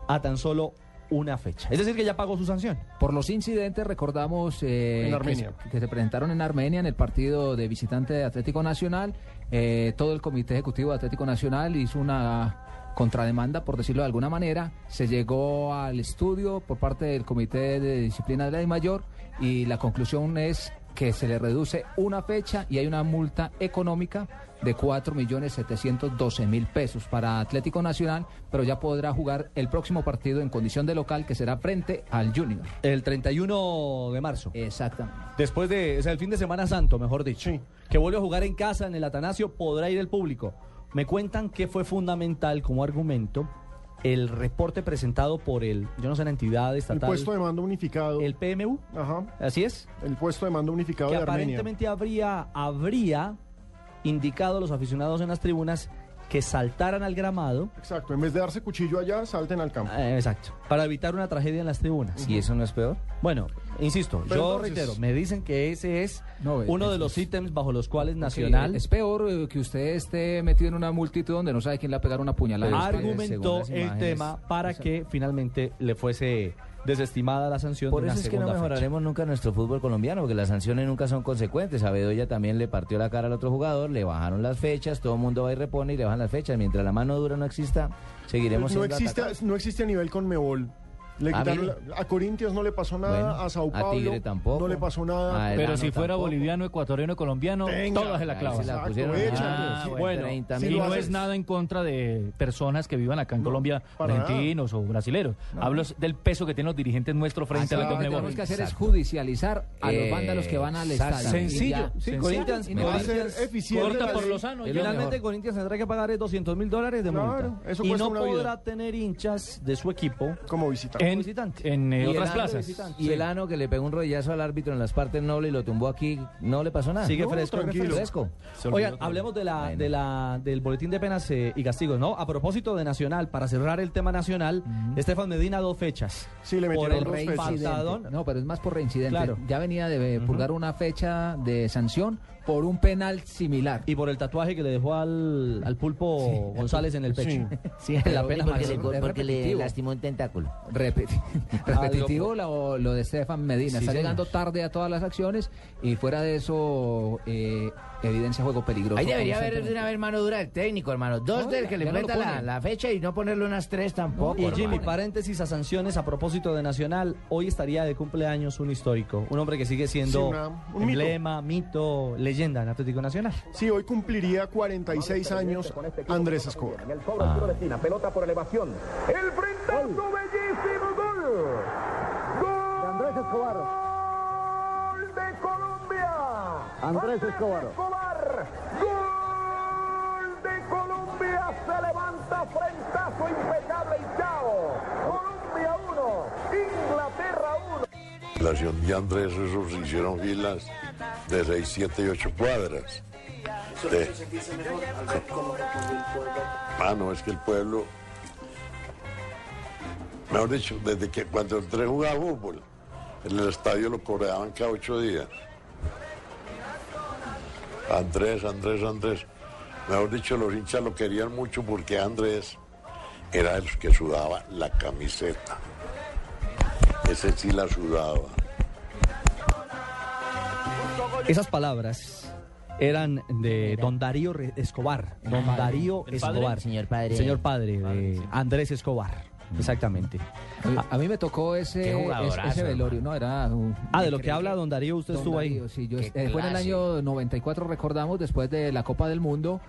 [SPEAKER 4] a tan solo una fecha. Es decir, que ya pagó su sanción.
[SPEAKER 11] Por los incidentes, recordamos eh,
[SPEAKER 4] En
[SPEAKER 11] que
[SPEAKER 4] Armenia.
[SPEAKER 11] se- Que, se presentaron en Armenia en el partido de visitante de Atlético Nacional. Eh, todo el comité ejecutivo de Atlético Nacional hizo una contrademanda, por decirlo de alguna manera. Se llegó al estudio por parte del comité de disciplina de la DIMAYOR Mayor y la conclusión es que se le reduce una fecha y hay una multa económica de 4.712.000 pesos para Atlético Nacional, pero ya podrá jugar el próximo partido en condición de local que será frente al Junior.
[SPEAKER 4] El 31 de marzo.
[SPEAKER 11] Exactamente.
[SPEAKER 4] Después de, o sea, el fin de Semana Santo, mejor dicho. Que vuelve a jugar en casa en el Atanasio, podrá ir el público. Me cuentan que fue fundamental como argumento el reporte presentado por el, yo no sé, la entidad
[SPEAKER 6] El
[SPEAKER 4] estatal.
[SPEAKER 6] puesto de mando unificado. El
[SPEAKER 4] PMU.
[SPEAKER 6] Ajá.
[SPEAKER 4] Así es.
[SPEAKER 6] El puesto de mando unificado
[SPEAKER 4] que
[SPEAKER 6] de Armenia.
[SPEAKER 4] aparentemente habría, habría indicado a los aficionados en las tribunas que saltaran al gramado. Eh,
[SPEAKER 6] Exacto, en vez de darse cuchillo allá, salten al campo.
[SPEAKER 4] exacto, para evitar una tragedia en las tribunas.
[SPEAKER 6] ¿Y eso
[SPEAKER 4] no es peor? Bueno, insisto,
[SPEAKER 6] Pero
[SPEAKER 4] yo
[SPEAKER 6] entonces-
[SPEAKER 4] reitero, me dicen que ese es
[SPEAKER 11] No, es-
[SPEAKER 4] uno de
[SPEAKER 11] es-
[SPEAKER 4] los ítems bajo los cuales
[SPEAKER 11] Sí,
[SPEAKER 4] Nacional
[SPEAKER 11] es peor eh, que usted esté metido en una multitud donde no sabe quién le va a pegar una puñalada.
[SPEAKER 4] argumentó el tema
[SPEAKER 11] Ah,
[SPEAKER 4] para que finalmente le fuese desestimada la sanción.
[SPEAKER 19] Por
[SPEAKER 4] de una
[SPEAKER 19] eso es que no
[SPEAKER 4] segunda fecha.
[SPEAKER 19] mejoraremos nunca nuestro fútbol colombiano, porque las sanciones nunca son consecuentes. A Bedoya también le partió la cara al otro jugador, le bajaron las fechas, todo el mundo va y repone y le bajan las fechas. Mientras la mano dura no exista, seguiremos
[SPEAKER 6] no
[SPEAKER 19] siendo
[SPEAKER 6] existe,
[SPEAKER 19] atacados.
[SPEAKER 6] no existe a nivel con Mebol. Le
[SPEAKER 19] Ah,
[SPEAKER 6] quitaron
[SPEAKER 19] mire.
[SPEAKER 6] la- a Corintios no le pasó nada,
[SPEAKER 19] Bueno,
[SPEAKER 6] a Sao
[SPEAKER 19] a
[SPEAKER 6] Paulo
[SPEAKER 19] Tigre tampoco.
[SPEAKER 6] no le pasó nada.
[SPEAKER 19] A
[SPEAKER 9] Pero
[SPEAKER 19] Elano
[SPEAKER 9] si fuera
[SPEAKER 19] tampoco.
[SPEAKER 9] boliviano, ecuatoriano, colombiano,
[SPEAKER 19] Venga,
[SPEAKER 9] todas se la
[SPEAKER 19] ahí
[SPEAKER 9] clavan.
[SPEAKER 19] se la Exacto, pusieron. échale.
[SPEAKER 9] Ah,
[SPEAKER 19] Sí,
[SPEAKER 9] bueno,
[SPEAKER 19] 30
[SPEAKER 9] y
[SPEAKER 19] mil.
[SPEAKER 9] no es nada en contra de personas que vivan acá en Colombia,
[SPEAKER 19] para nada.
[SPEAKER 9] argentinos o brasileros. Hablo del peso que tienen los dirigentes nuestros frente a la
[SPEAKER 11] lo que
[SPEAKER 9] Conmebol.
[SPEAKER 11] Ah, tenemos que hacer es judicializar a los
[SPEAKER 9] Eh,
[SPEAKER 11] vándalos que van al
[SPEAKER 9] exacto.
[SPEAKER 11] estadio.
[SPEAKER 9] Sencillo, sí,
[SPEAKER 11] sencillo.
[SPEAKER 4] Corinthians,
[SPEAKER 11] Y nada.
[SPEAKER 4] Corinthians
[SPEAKER 11] Corta por los sanos.
[SPEAKER 4] Finalmente Corinthians tendrá que pagar eh, 200 mil dólares de
[SPEAKER 6] Claro,
[SPEAKER 4] multa.
[SPEAKER 6] eso
[SPEAKER 4] y
[SPEAKER 6] cuesta
[SPEAKER 4] no
[SPEAKER 6] una vida.
[SPEAKER 4] podrá tener hinchas de su equipo
[SPEAKER 6] como visitante.
[SPEAKER 19] En-
[SPEAKER 9] en eh,
[SPEAKER 19] Y el ano- Y el ano que le pegó un rodillazo al árbitro en las partes nobles y lo tumbó aquí, no le pasó nada.
[SPEAKER 4] Sigue
[SPEAKER 19] No,
[SPEAKER 4] fresco,
[SPEAKER 19] tranquilo.
[SPEAKER 4] fresco.
[SPEAKER 19] Se olvidó
[SPEAKER 4] Oigan,
[SPEAKER 19] todo.
[SPEAKER 4] hablemos de la, de la, del boletín de penas eh, y castigos, ¿no? A propósito de Nacional, para cerrar el tema Nacional, Estefan Medina dos fechas.
[SPEAKER 6] Sí, le
[SPEAKER 4] Por el
[SPEAKER 11] Por
[SPEAKER 4] reincidente.
[SPEAKER 11] reincidente. No, pero es más por reincidente.
[SPEAKER 4] Claro.
[SPEAKER 11] Ya venía de eh, purgar una fecha de sanción por un penal similar.
[SPEAKER 4] Y por el tatuaje que le dejó al, al pulpo González en el pecho.
[SPEAKER 11] Sí,
[SPEAKER 4] la pena
[SPEAKER 11] porque
[SPEAKER 4] máxima.
[SPEAKER 11] le- porque le
[SPEAKER 4] Repetitivo.
[SPEAKER 11] lastimó
[SPEAKER 19] un tentáculo.
[SPEAKER 11] Repeti- repetitivo lo, lo de Stefan Medina.
[SPEAKER 19] Sí,
[SPEAKER 11] Está
[SPEAKER 19] señor.
[SPEAKER 11] llegando tarde a todas las acciones y fuera de eso eh, evidencia juego peligroso.
[SPEAKER 19] Ahí debería haber de
[SPEAKER 11] constantemente.
[SPEAKER 19] una vez mano dura del técnico, hermano. Dos
[SPEAKER 11] No,
[SPEAKER 19] del
[SPEAKER 11] ya-
[SPEAKER 19] que le
[SPEAKER 11] ya no lo
[SPEAKER 19] prenda la,
[SPEAKER 11] ponen.
[SPEAKER 19] la fecha y no ponerle unas tres tampoco.
[SPEAKER 4] Y Jimmy,
[SPEAKER 19] hermano.
[SPEAKER 4] paréntesis a sanciones a propósito de Nacional. Hoy estaría de cumpleaños un histórico, un hombre que sigue siendo
[SPEAKER 6] Sí, una- un
[SPEAKER 4] emblema, mito. leyenda en Atlético Nacional.
[SPEAKER 6] Sí, hoy cumpliría 46 años Andrés Escobar.
[SPEAKER 23] Cobra tiro de esquina, pelota por elevación. El frentazo, bellísimo gol. Gol de Andrés Escobar. Gol de Colombia. Andrés Escobar. Gol de Colombia. Se levanta frentazo impecable y chao. Colombia 1, Inglaterra 1.
[SPEAKER 16] población de Andrés esos hicieron filas de 6, 7 y 8 cuadras. De- Ah, no, es que el pueblo, mejor dicho, desde que cuando entré a jugar fútbol, en el estadio lo cobraban cada ocho días. Andrés, Andrés, Andrés. Mejor dicho, los hinchas lo querían mucho porque Andrés era el que sudaba la camiseta. Ese sí la sudaba.
[SPEAKER 4] Esas palabras eran de don Darío Re- Escobar. Don
[SPEAKER 19] Ah,
[SPEAKER 4] Darío
[SPEAKER 19] ¿el padre?
[SPEAKER 4] Escobar.
[SPEAKER 19] Señor padre.
[SPEAKER 4] Señor padre, de Andrés Escobar. Exactamente.
[SPEAKER 11] A, a mí me tocó ese,
[SPEAKER 4] Qué jugadorazo,
[SPEAKER 11] ese- ese velorio, ¿no? Era un-
[SPEAKER 4] Ah, de lo que habla don Darío, usted
[SPEAKER 11] Don
[SPEAKER 4] estuvo ahí.
[SPEAKER 11] Darío, sí, yo-
[SPEAKER 4] Qué
[SPEAKER 11] eh, fue en el
[SPEAKER 4] clase.
[SPEAKER 11] año 94, recordamos, después de la Copa del Mundo.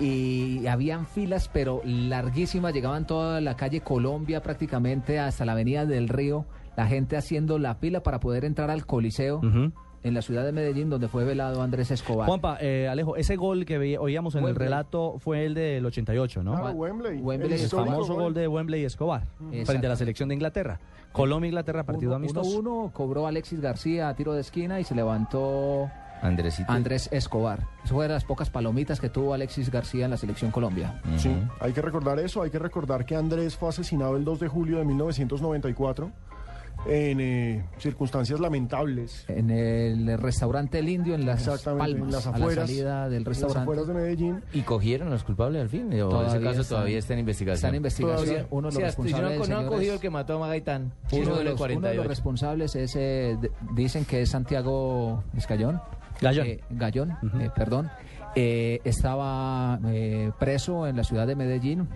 [SPEAKER 11] Y habían filas, pero larguísimas. Llegaban toda la calle Colombia prácticamente hasta la Avenida del Río. la gente haciendo la pila para poder entrar al Coliseo. En la ciudad de Medellín, donde fue velado Andrés Escobar.
[SPEAKER 4] Juanpa, eh, Alejo, ese gol que veía- oíamos en el
[SPEAKER 11] Wembley.
[SPEAKER 4] relato fue el del 88, ¿no?
[SPEAKER 11] Claro,
[SPEAKER 6] Wembley.
[SPEAKER 11] Wembley
[SPEAKER 4] Ah, el
[SPEAKER 11] Escobar.
[SPEAKER 4] famoso gol de Wembley y Escobar frente a la
[SPEAKER 11] Exacto.
[SPEAKER 4] selección de Inglaterra. Colombia-Inglaterra, partido
[SPEAKER 11] Uno-
[SPEAKER 4] amistoso.
[SPEAKER 11] Uno, uno, cobró Alexis García a tiro de esquina y se levantó
[SPEAKER 19] Andresito.
[SPEAKER 11] Andrés Escobar. Eso fue de las pocas palomitas que tuvo Alexis García en la selección Colombia.
[SPEAKER 6] Sí, hay que recordar eso, hay que recordar que Andrés fue asesinado el 2 de julio de 1994 en eh, circunstancias lamentables.
[SPEAKER 11] En el restaurante El Indio en las
[SPEAKER 6] Exactamente, en
[SPEAKER 11] Palmas,
[SPEAKER 6] las
[SPEAKER 11] a la
[SPEAKER 6] afueras,
[SPEAKER 11] salida del
[SPEAKER 6] en las
[SPEAKER 11] restaurante.
[SPEAKER 6] afueras de Medellín.
[SPEAKER 19] ¿Y cogieron a los culpables al fin? ¿O
[SPEAKER 11] Todavía
[SPEAKER 19] ese caso
[SPEAKER 11] están-
[SPEAKER 19] todavía está en investigación?
[SPEAKER 11] está en investigación.
[SPEAKER 19] Todavía.
[SPEAKER 11] Uno de los
[SPEAKER 19] Sí, hasta-
[SPEAKER 11] responsables
[SPEAKER 19] yo no,
[SPEAKER 11] del
[SPEAKER 19] no han
[SPEAKER 11] señor
[SPEAKER 19] cogido
[SPEAKER 11] es-
[SPEAKER 19] el que mató a Magaitán.
[SPEAKER 11] Sí,
[SPEAKER 19] uno de los
[SPEAKER 11] uno de los
[SPEAKER 19] 48.
[SPEAKER 11] responsables es, eh, de- dicen que es Santiago Escayón.
[SPEAKER 4] Gallón.
[SPEAKER 11] Eh, Gallón, eh, perdón. Eh, estaba eh, preso en la ciudad de Medellín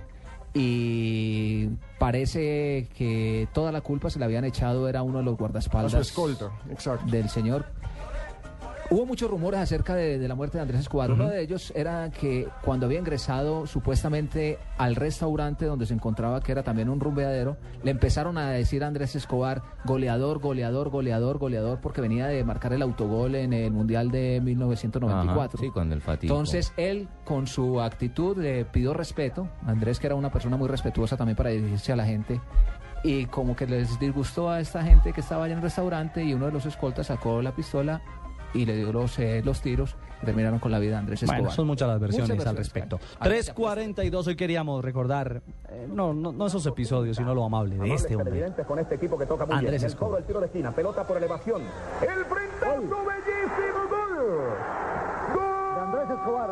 [SPEAKER 11] y parece que toda la culpa se la habían echado era uno de los guardaespaldas.
[SPEAKER 6] A su escolta, exacto.
[SPEAKER 11] Del señor. Hubo muchos rumores acerca de, de la muerte de Andrés Escobar. Uno de ellos era que cuando había ingresado supuestamente al restaurante donde se encontraba, que era también un rumbeadero, le empezaron a decir a Andrés Escobar goleador, goleador, goleador, goleador, porque venía de marcar el autogol en el Mundial de 1994.
[SPEAKER 19] Ajá, sí, cuando el fatigo.
[SPEAKER 11] Entonces él con su actitud le pidió respeto. Andrés, que era una persona muy respetuosa también para dirigirse a la gente. Y como que les disgustó a esta gente que estaba allá en el restaurante y uno de los escoltas sacó la pistola y le dio los, eh, los tiros y terminaron con la vida de Andrés
[SPEAKER 4] Bueno,
[SPEAKER 11] Escobar.
[SPEAKER 4] son muchas las versiones al respecto.
[SPEAKER 11] claro.
[SPEAKER 4] 3.42, hoy queríamos recordar, eh, no, no, no esos episodios, sino lo amable de este hombre.
[SPEAKER 23] televidentes con este equipo que toca muy
[SPEAKER 4] Andrés
[SPEAKER 23] bien. El
[SPEAKER 4] Escobar.
[SPEAKER 23] cobro, el tiro de esquina, pelota por elevación. El frentazo, bellísimo gol. Gol de Andrés Escobar.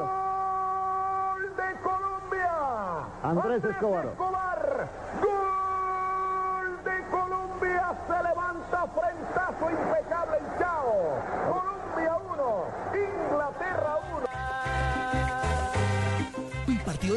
[SPEAKER 23] Gol de Colombia. Andrés Escobar. Gol de Colombia. Se levanta frentazo impecable el Chao. Colombia 1, Inglaterra 1.
[SPEAKER 1] Un partido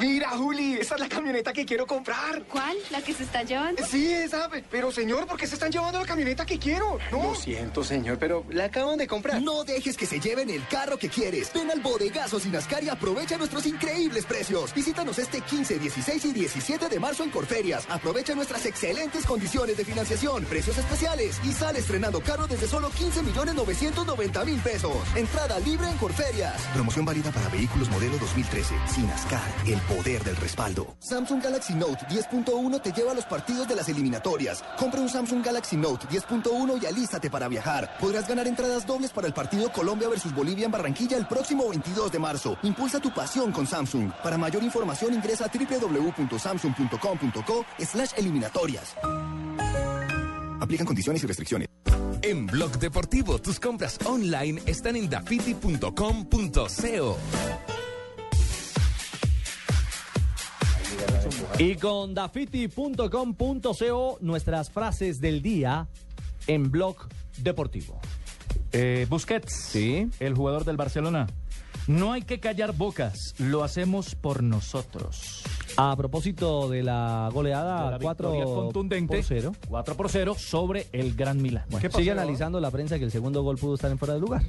[SPEAKER 20] Mira, Juli, esa es la camioneta que quiero comprar. ¿Cuál? ¿La que se está llevando? Sí, esa. pe- Pero, señor, ¿por qué se están llevando la camioneta que quiero? No.
[SPEAKER 12] Lo siento, señor, pero la acaban de comprar. No dejes que se lleven el carro que quieres. Ven al bodegazo Sinascar y aprovecha nuestros increíbles precios. Visítanos este 15, 16 y 17 de marzo en Corferias. Aprovecha nuestras excelentes condiciones de financiación, precios especiales y sale estrenando carro desde solo 15 millones 990 mil pesos. Entrada libre en Corferias.
[SPEAKER 13] Promoción válida para vehículos modelo 2013. Sinascar, el poder del respaldo.
[SPEAKER 12] Samsung Galaxy Note 10.1 te lleva a los partidos de las eliminatorias. Compra un Samsung Galaxy Note 10.1 y alístate para viajar. Podrás ganar entradas dobles para el partido Colombia versus Bolivia en Barranquilla el próximo 22 de marzo. Impulsa tu pasión con Samsung. Para mayor información ingresa a www.samsung.com.co slash eliminatorias. Aplican condiciones y restricciones.
[SPEAKER 13] En Blog Deportivo, tus compras online están en dafiti.com.co.
[SPEAKER 4] Y con dafiti.com.co, nuestras frases del día en blog deportivo.
[SPEAKER 9] Eh, Busquets, el jugador del Barcelona. No hay que callar bocas, lo hacemos por nosotros.
[SPEAKER 4] A propósito de la goleada
[SPEAKER 9] La
[SPEAKER 4] 4
[SPEAKER 9] victoria contundente,
[SPEAKER 4] por 0.
[SPEAKER 9] 4 por 0 sobre el Gran Milán.
[SPEAKER 4] Bueno, sigue analizando la prensa que el segundo gol pudo estar en fuera de lugar.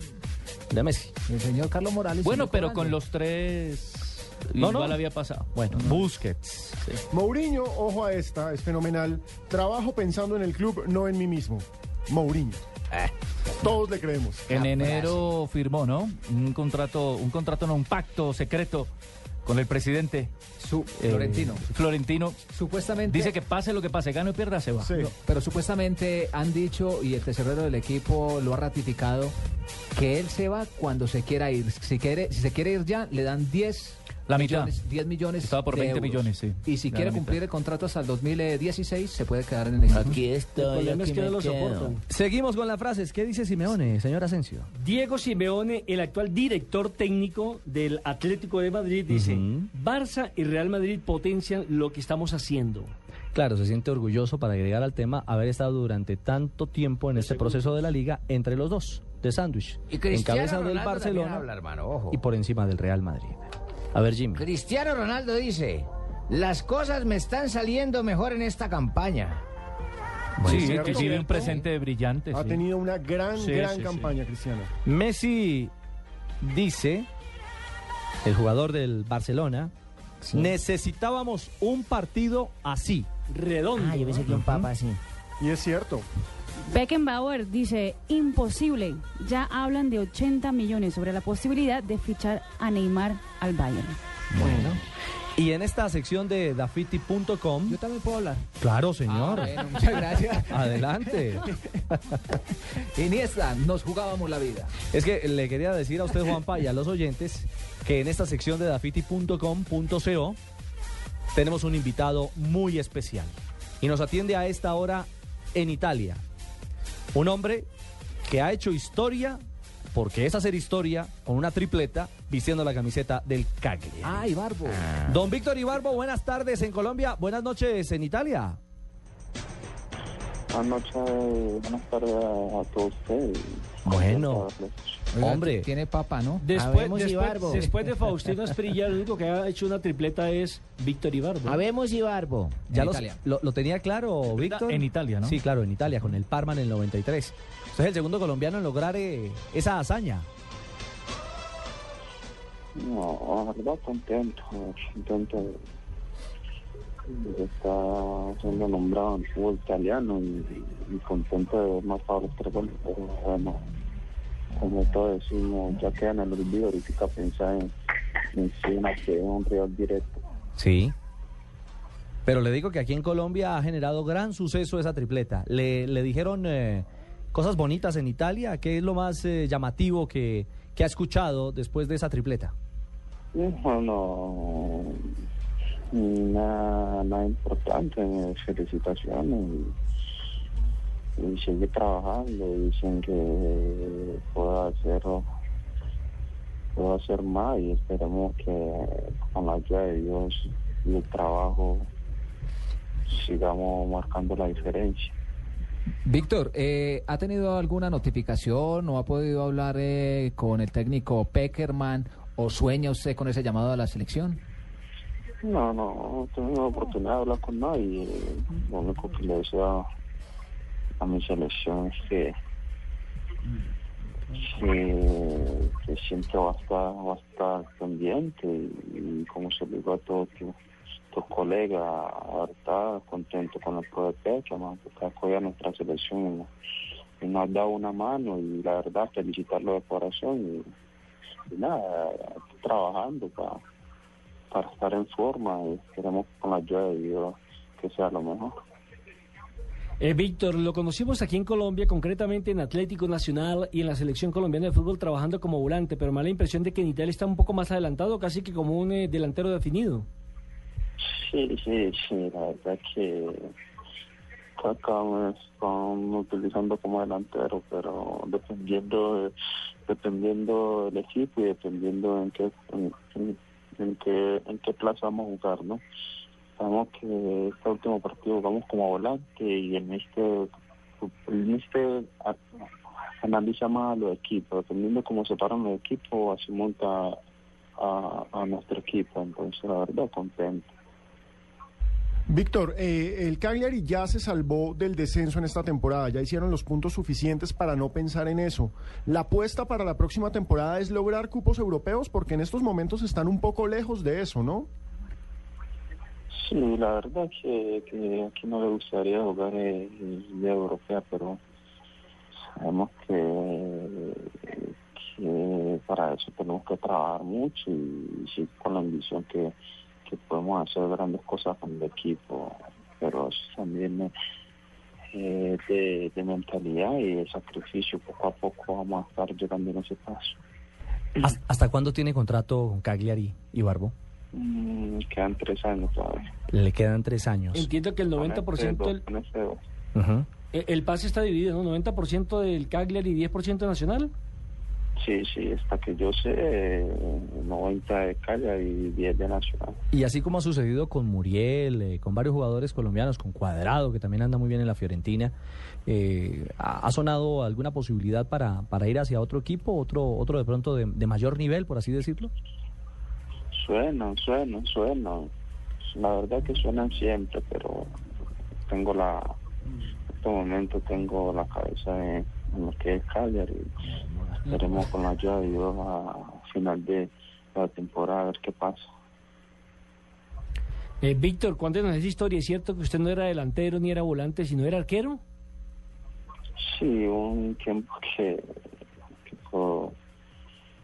[SPEAKER 4] De Messi.
[SPEAKER 11] El Este señor Carlos Morales.
[SPEAKER 9] Bueno, pero con los tres
[SPEAKER 4] No,
[SPEAKER 9] no,
[SPEAKER 4] no.
[SPEAKER 9] igual había pasado.
[SPEAKER 4] Bueno, Busquets.
[SPEAKER 6] Mourinho, ojo a esta, es fenomenal. Trabajo pensando en el club, no en mí mismo. Mourinho.
[SPEAKER 9] Eh.
[SPEAKER 6] Todos le creemos.
[SPEAKER 9] En enero firmó, ¿no? Un contrato, un contrato, no, un pacto secreto con el presidente. eh,
[SPEAKER 11] Florentino.
[SPEAKER 9] Florentino.
[SPEAKER 11] Supuestamente.
[SPEAKER 9] Dice que pase lo que pase, gane o pierda, se va.
[SPEAKER 11] No, pero supuestamente han dicho, y el tesorero del equipo lo ha ratificado, que él se va cuando se quiera ir. Si, quiere, si se quiere ir ya, le dan 10
[SPEAKER 9] La mitad.
[SPEAKER 11] millones. 10 millones
[SPEAKER 9] Estaba por
[SPEAKER 11] de
[SPEAKER 9] 20
[SPEAKER 11] euros.
[SPEAKER 9] millones, sí.
[SPEAKER 11] Y si
[SPEAKER 9] Ya
[SPEAKER 11] quiere
[SPEAKER 9] la mitad.
[SPEAKER 11] cumplir el contrato hasta el 2016, se puede quedar en el equipo.
[SPEAKER 19] Aquí
[SPEAKER 11] estoy,
[SPEAKER 4] Seguimos con las frases. ¿Qué dice Simeone, señor Asensio?
[SPEAKER 8] Diego Simeone, el actual director técnico del Atlético de Madrid, dice, Barça y Real Madrid potencian lo que estamos haciendo.
[SPEAKER 4] Claro, se siente orgulloso para agregar al tema haber estado durante tanto tiempo en este proceso de la liga entre los dos, de sándwich.
[SPEAKER 19] Y
[SPEAKER 4] En
[SPEAKER 19] Cristiano
[SPEAKER 4] cabeza del
[SPEAKER 19] Ronaldo también
[SPEAKER 4] Barcelona
[SPEAKER 19] habla, hermano, ojo.
[SPEAKER 4] y por encima del Real Madrid.
[SPEAKER 19] A ver, Jimmy.
[SPEAKER 7] Cristiano Ronaldo dice, las cosas me están saliendo mejor en esta campaña.
[SPEAKER 19] Pues
[SPEAKER 9] Sí,
[SPEAKER 6] cierto,
[SPEAKER 9] que vive un presente brillante.
[SPEAKER 6] Ha
[SPEAKER 9] sí.
[SPEAKER 6] tenido una gran,
[SPEAKER 9] Sí,
[SPEAKER 6] gran
[SPEAKER 9] sí, sí.
[SPEAKER 6] campaña, Cristiano.
[SPEAKER 4] Messi dice, el jugador del Barcelona, necesitábamos un partido así.
[SPEAKER 8] Redondo.
[SPEAKER 7] Ah, yo pensé que un papa así.
[SPEAKER 6] Y es cierto.
[SPEAKER 10] Beckenbauer dice, imposible. Ya hablan de 80 millones sobre la posibilidad de fichar a Neymar al Bayern.
[SPEAKER 4] Bueno. Y en esta sección de dafiti.com... Yo también puedo hablar. Claro, señor.
[SPEAKER 11] Ah, bueno, muchas gracias.
[SPEAKER 4] Adelante.
[SPEAKER 11] Iniesta, nos jugábamos la vida.
[SPEAKER 4] Es que le quería decir a usted, Juanpa, y a los oyentes, que en esta sección de dafiti.com.co tenemos un invitado muy especial. Y nos atiende a esta hora en Italia. Un hombre que ha hecho historia, porque es hacer historia, con una tripleta, vistiendo la camiseta del Cagliari.
[SPEAKER 11] Ay, Barbo.
[SPEAKER 4] Ah, Don Víctor Ibarbo, buenas tardes en Colombia, buenas noches en Italia.
[SPEAKER 33] Buenas noches, buenas tardes a, a todos ustedes.
[SPEAKER 4] Bueno,
[SPEAKER 11] Oiga,
[SPEAKER 4] hombre.
[SPEAKER 11] Tiene papa, ¿no?
[SPEAKER 8] Después,
[SPEAKER 11] Habemos
[SPEAKER 8] después,
[SPEAKER 11] Ibarbo.
[SPEAKER 8] después de Faustino Esprilla, el único que ha hecho una tripleta es Víctor Ibarbo.
[SPEAKER 7] Habemos Ibarbo.
[SPEAKER 4] Ya los- Lo, lo tenía claro, Víctor.
[SPEAKER 9] en Italia, ¿no?
[SPEAKER 4] Sí, claro, en Italia, con el Parma en el 93. Usted es el segundo colombiano en lograr eh, esa hazaña.
[SPEAKER 33] No, la verdad contento, contento de, de estar siendo nombrado en el fútbol italiano y, y contento de haber marcado los tres goles. Pero bueno, como todos decimos, ya queda en el olvido ahorita pensar en, en China, que es un rival directo.
[SPEAKER 4] Sí. Pero le digo que aquí en Colombia ha generado gran suceso esa tripleta. Le, le dijeron eh, cosas bonitas en Italia. ¿Qué es lo más eh, llamativo que, que ha escuchado después de esa tripleta?
[SPEAKER 33] No, no, nada, nada importante, felicitaciones. Y sigue trabajando, dicen que puedo hacer, puedo hacer más y esperemos que con la ayuda de Dios y el trabajo sigamos marcando la diferencia.
[SPEAKER 11] Víctor, eh, ¿ha tenido alguna notificación o ha podido hablar eh, con el técnico Peckerman o sueña usted con ese llamado a la selección?
[SPEAKER 33] No, no, tengo la oportunidad de hablar con nadie. Lo único que le deseo a mi selección es que, que, que siempre va a estar, va a estar pendiente y, y como se lo digo a todos tus tus colegas, ahora está contento con el proyecto que nos está apoyando a nuestra selección y nos ha dado una mano y la verdad felicitarlo de corazón y, y nada, trabajando para para estar en forma y queremos con la ayuda de Dios que sea lo mejor.
[SPEAKER 8] Eh, Víctor, lo conocimos aquí en Colombia, concretamente en Atlético Nacional y en la selección colombiana de fútbol trabajando como volante, pero me da la impresión de que en Italia está un poco más adelantado, casi que como un eh, delantero definido.
[SPEAKER 33] Sí, sí, sí, la verdad que acá me están utilizando como delantero, pero dependiendo de- dependiendo del equipo y dependiendo en qué en, en- en qué en qué plaza vamos a jugar, ¿no? Sabemos que este último partido jugamos como volante y en este en este a- analiza más a los equipos, dependiendo cómo se paran los equipos, así monta a, a nuestro equipo, entonces la verdad contento.
[SPEAKER 6] Víctor, eh, el Cagliari ya se salvó del descenso en esta temporada, ya hicieron los puntos suficientes para no pensar en eso. La apuesta para la próxima temporada es lograr cupos europeos porque en estos momentos están un poco lejos de eso, ¿no?
[SPEAKER 33] Sí, la verdad que, que aquí no le gustaría jugar en Liga Europea, pero sabemos que, que para eso tenemos que trabajar mucho y, sí con la ambición que, que podemos hacer grandes cosas con el equipo, pero eso también eh, de, de mentalidad y de sacrificio, poco a poco vamos a estar llegando en ese paso.
[SPEAKER 4] ¿Has- ¿Hasta cuándo tiene contrato con Cagliari y Barbo?
[SPEAKER 33] Mm, quedan tres años todavía.
[SPEAKER 4] Le quedan tres años.
[SPEAKER 8] Entiendo que el
[SPEAKER 33] Con
[SPEAKER 8] 90%
[SPEAKER 33] este
[SPEAKER 8] del,
[SPEAKER 33] do- con este do-
[SPEAKER 4] Ujú.
[SPEAKER 8] eh, el pase está dividido, ¿no? 90% del Cagliari y 10% Nacional.
[SPEAKER 33] Sí, sí, hasta que yo sé, eh, 90 de Calla y 10 de Nacional.
[SPEAKER 4] Y así como ha sucedido con Muriel, eh, con varios jugadores colombianos, con Cuadrado, que también anda muy bien en la Fiorentina, eh, ¿ha, ha sonado alguna posibilidad para, para ir hacia otro equipo, otro, otro de pronto de, de mayor nivel, por así decirlo?
[SPEAKER 33] Suenan, suenan, suenan. La verdad que suenan siempre, pero tengo la... En este momento tengo la cabeza en, en lo que es Cagliari. Esperemos con la ayuda de Dios a final de la temporada a ver qué pasa.
[SPEAKER 8] Eh, Víctor, cuéntenos esa historia. ¿Es cierto que usted no era delantero ni era volante, sino era arquero?
[SPEAKER 33] Sí, un tiempo que, que fue-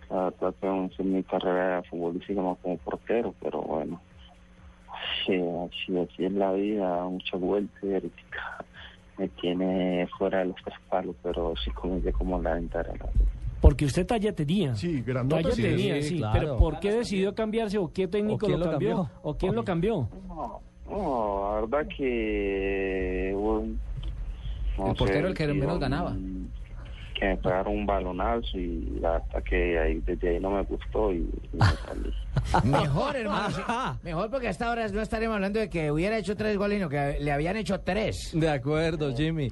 [SPEAKER 33] la verdad que aún sin mi carrera futbolística más como portero, pero bueno, así, así, así es la vida, muchas vueltas y ahorita me tiene fuera de los tres palos, pero sí comencé como la ventana.
[SPEAKER 8] Porque usted talla tenía. Sí,
[SPEAKER 33] grandote
[SPEAKER 8] Talla
[SPEAKER 33] sí es.
[SPEAKER 8] tenía,
[SPEAKER 33] Sí,
[SPEAKER 8] sí.
[SPEAKER 33] claro.
[SPEAKER 8] Pero ¿por qué decidió cambiarse o qué técnico
[SPEAKER 33] ¿O quién
[SPEAKER 8] lo
[SPEAKER 33] lo
[SPEAKER 8] cambió?
[SPEAKER 33] cambió?
[SPEAKER 8] ¿O quién lo cambió?
[SPEAKER 33] No, la verdad que... bueno, no
[SPEAKER 11] El portero
[SPEAKER 33] sé,
[SPEAKER 11] el que menos
[SPEAKER 33] iban-
[SPEAKER 11] ganaba.
[SPEAKER 33] Que me pegaron un balonazo y la verdad que ahí, desde ahí no me gustó y, y me salí.
[SPEAKER 19] Mejor, hermano. sí. Mejor porque hasta ahora no estaremos hablando de que hubiera hecho tres goles, sino que le habían hecho tres.
[SPEAKER 4] De acuerdo, Jimmy.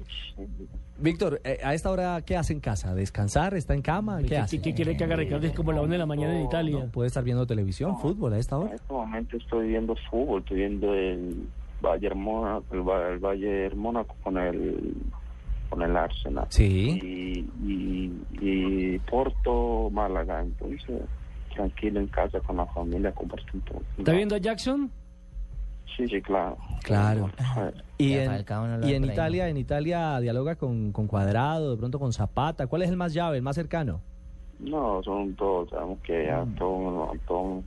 [SPEAKER 4] Víctor, eh, a esta hora, ¿qué hace en casa? ¿Descansar? ¿Está en cama? ¿Qué,
[SPEAKER 8] ¿Qué-
[SPEAKER 4] hace?
[SPEAKER 8] qué quiere que haga Ricardo? Es como la una de la mañana en Italia.
[SPEAKER 4] No, puede estar viendo televisión, fútbol a esta hora.
[SPEAKER 33] En este momento estoy viendo fútbol, estoy viendo el Bayern Mónaco, el, Ba- el Bayern Mónaco con el con el Arsenal.
[SPEAKER 4] Sí.
[SPEAKER 33] Y, y, y Porto Málaga, entonces tranquilo en casa con la familia compartiendo.
[SPEAKER 8] ¿Está viendo a Jackson?
[SPEAKER 33] Sí, sí, claro.
[SPEAKER 4] Claro. Y
[SPEAKER 33] Ya,
[SPEAKER 4] en,
[SPEAKER 33] Falcao no lo
[SPEAKER 4] y
[SPEAKER 33] ha
[SPEAKER 4] en
[SPEAKER 33] traído.
[SPEAKER 4] Italia, en Italia dialoga con, con Cuadrado, de pronto con Zapata. ¿Cuál es el más llave, el más cercano?
[SPEAKER 33] No, son todos, sabemos que a
[SPEAKER 19] Mm.
[SPEAKER 33] todos, a todos,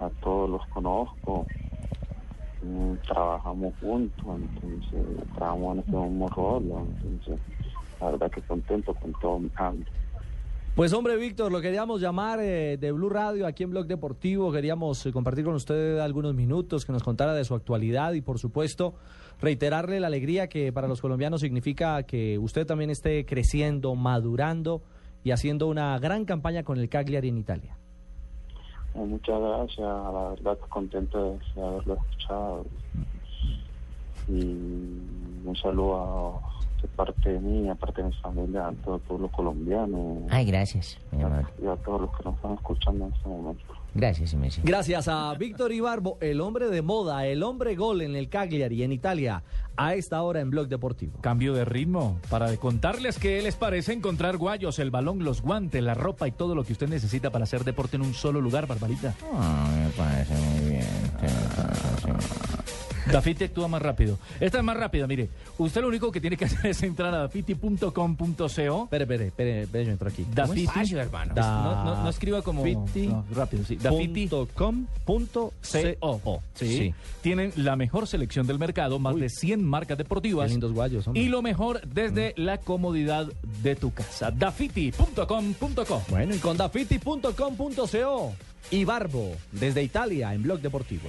[SPEAKER 33] a todos los conozco. Mm, Trabajamos juntos, entonces trabajamos en este mismo rol, entonces la verdad que contento con todo mi cambio.
[SPEAKER 4] Pues hombre, Víctor, lo queríamos llamar eh, de Blue Radio aquí en Blog Deportivo. Queríamos eh, compartir con usted algunos minutos, que nos contara de su actualidad y, por supuesto, reiterarle la alegría que para los colombianos significa que usted también esté creciendo, madurando y haciendo una gran campaña con el Cagliari en Italia.
[SPEAKER 33] Eh, Muchas gracias, la verdad que contento de haberlo escuchado. Y un saludo a, de parte mía, parte de mi familia, a todos, todos los colombianos
[SPEAKER 19] Ay, gracias. mi amor.
[SPEAKER 33] y a todos los que nos están escuchando en este momento.
[SPEAKER 19] Gracias, Messi.
[SPEAKER 4] Gracias a Víctor Ibarbo, el hombre de moda, el hombre gol en el Cagliari en Italia, a esta hora en Blog Deportivo.
[SPEAKER 9] Cambio de ritmo para contarles qué les parece encontrar guayos, el balón, los guantes, la ropa y todo lo que usted necesita para hacer deporte en un solo lugar, Barbarita.
[SPEAKER 19] Ah, me parece muy bien.
[SPEAKER 9] Dafiti actúa más rápido. Esta es más rápida, mire. Usted lo único que tiene que hacer es entrar a dafiti.com.co.
[SPEAKER 4] Espere, espere, espere, yo entro aquí.
[SPEAKER 9] Dafiti.
[SPEAKER 4] Despacio, hermano. No- no- no escriba como-
[SPEAKER 9] No, rápido, sí. Dafiti.com.co. Sí.
[SPEAKER 4] Sí.
[SPEAKER 9] Tienen la mejor selección del mercado, más de 100 marcas deportivas.
[SPEAKER 4] Qué lindos guayos, hombre. Mm.
[SPEAKER 9] Y lo mejor desde la comodidad de tu casa. Dafiti.com.co.
[SPEAKER 4] Bueno, y con dafiti.com.co y Barbo, desde Italia, en Blog Deportivo.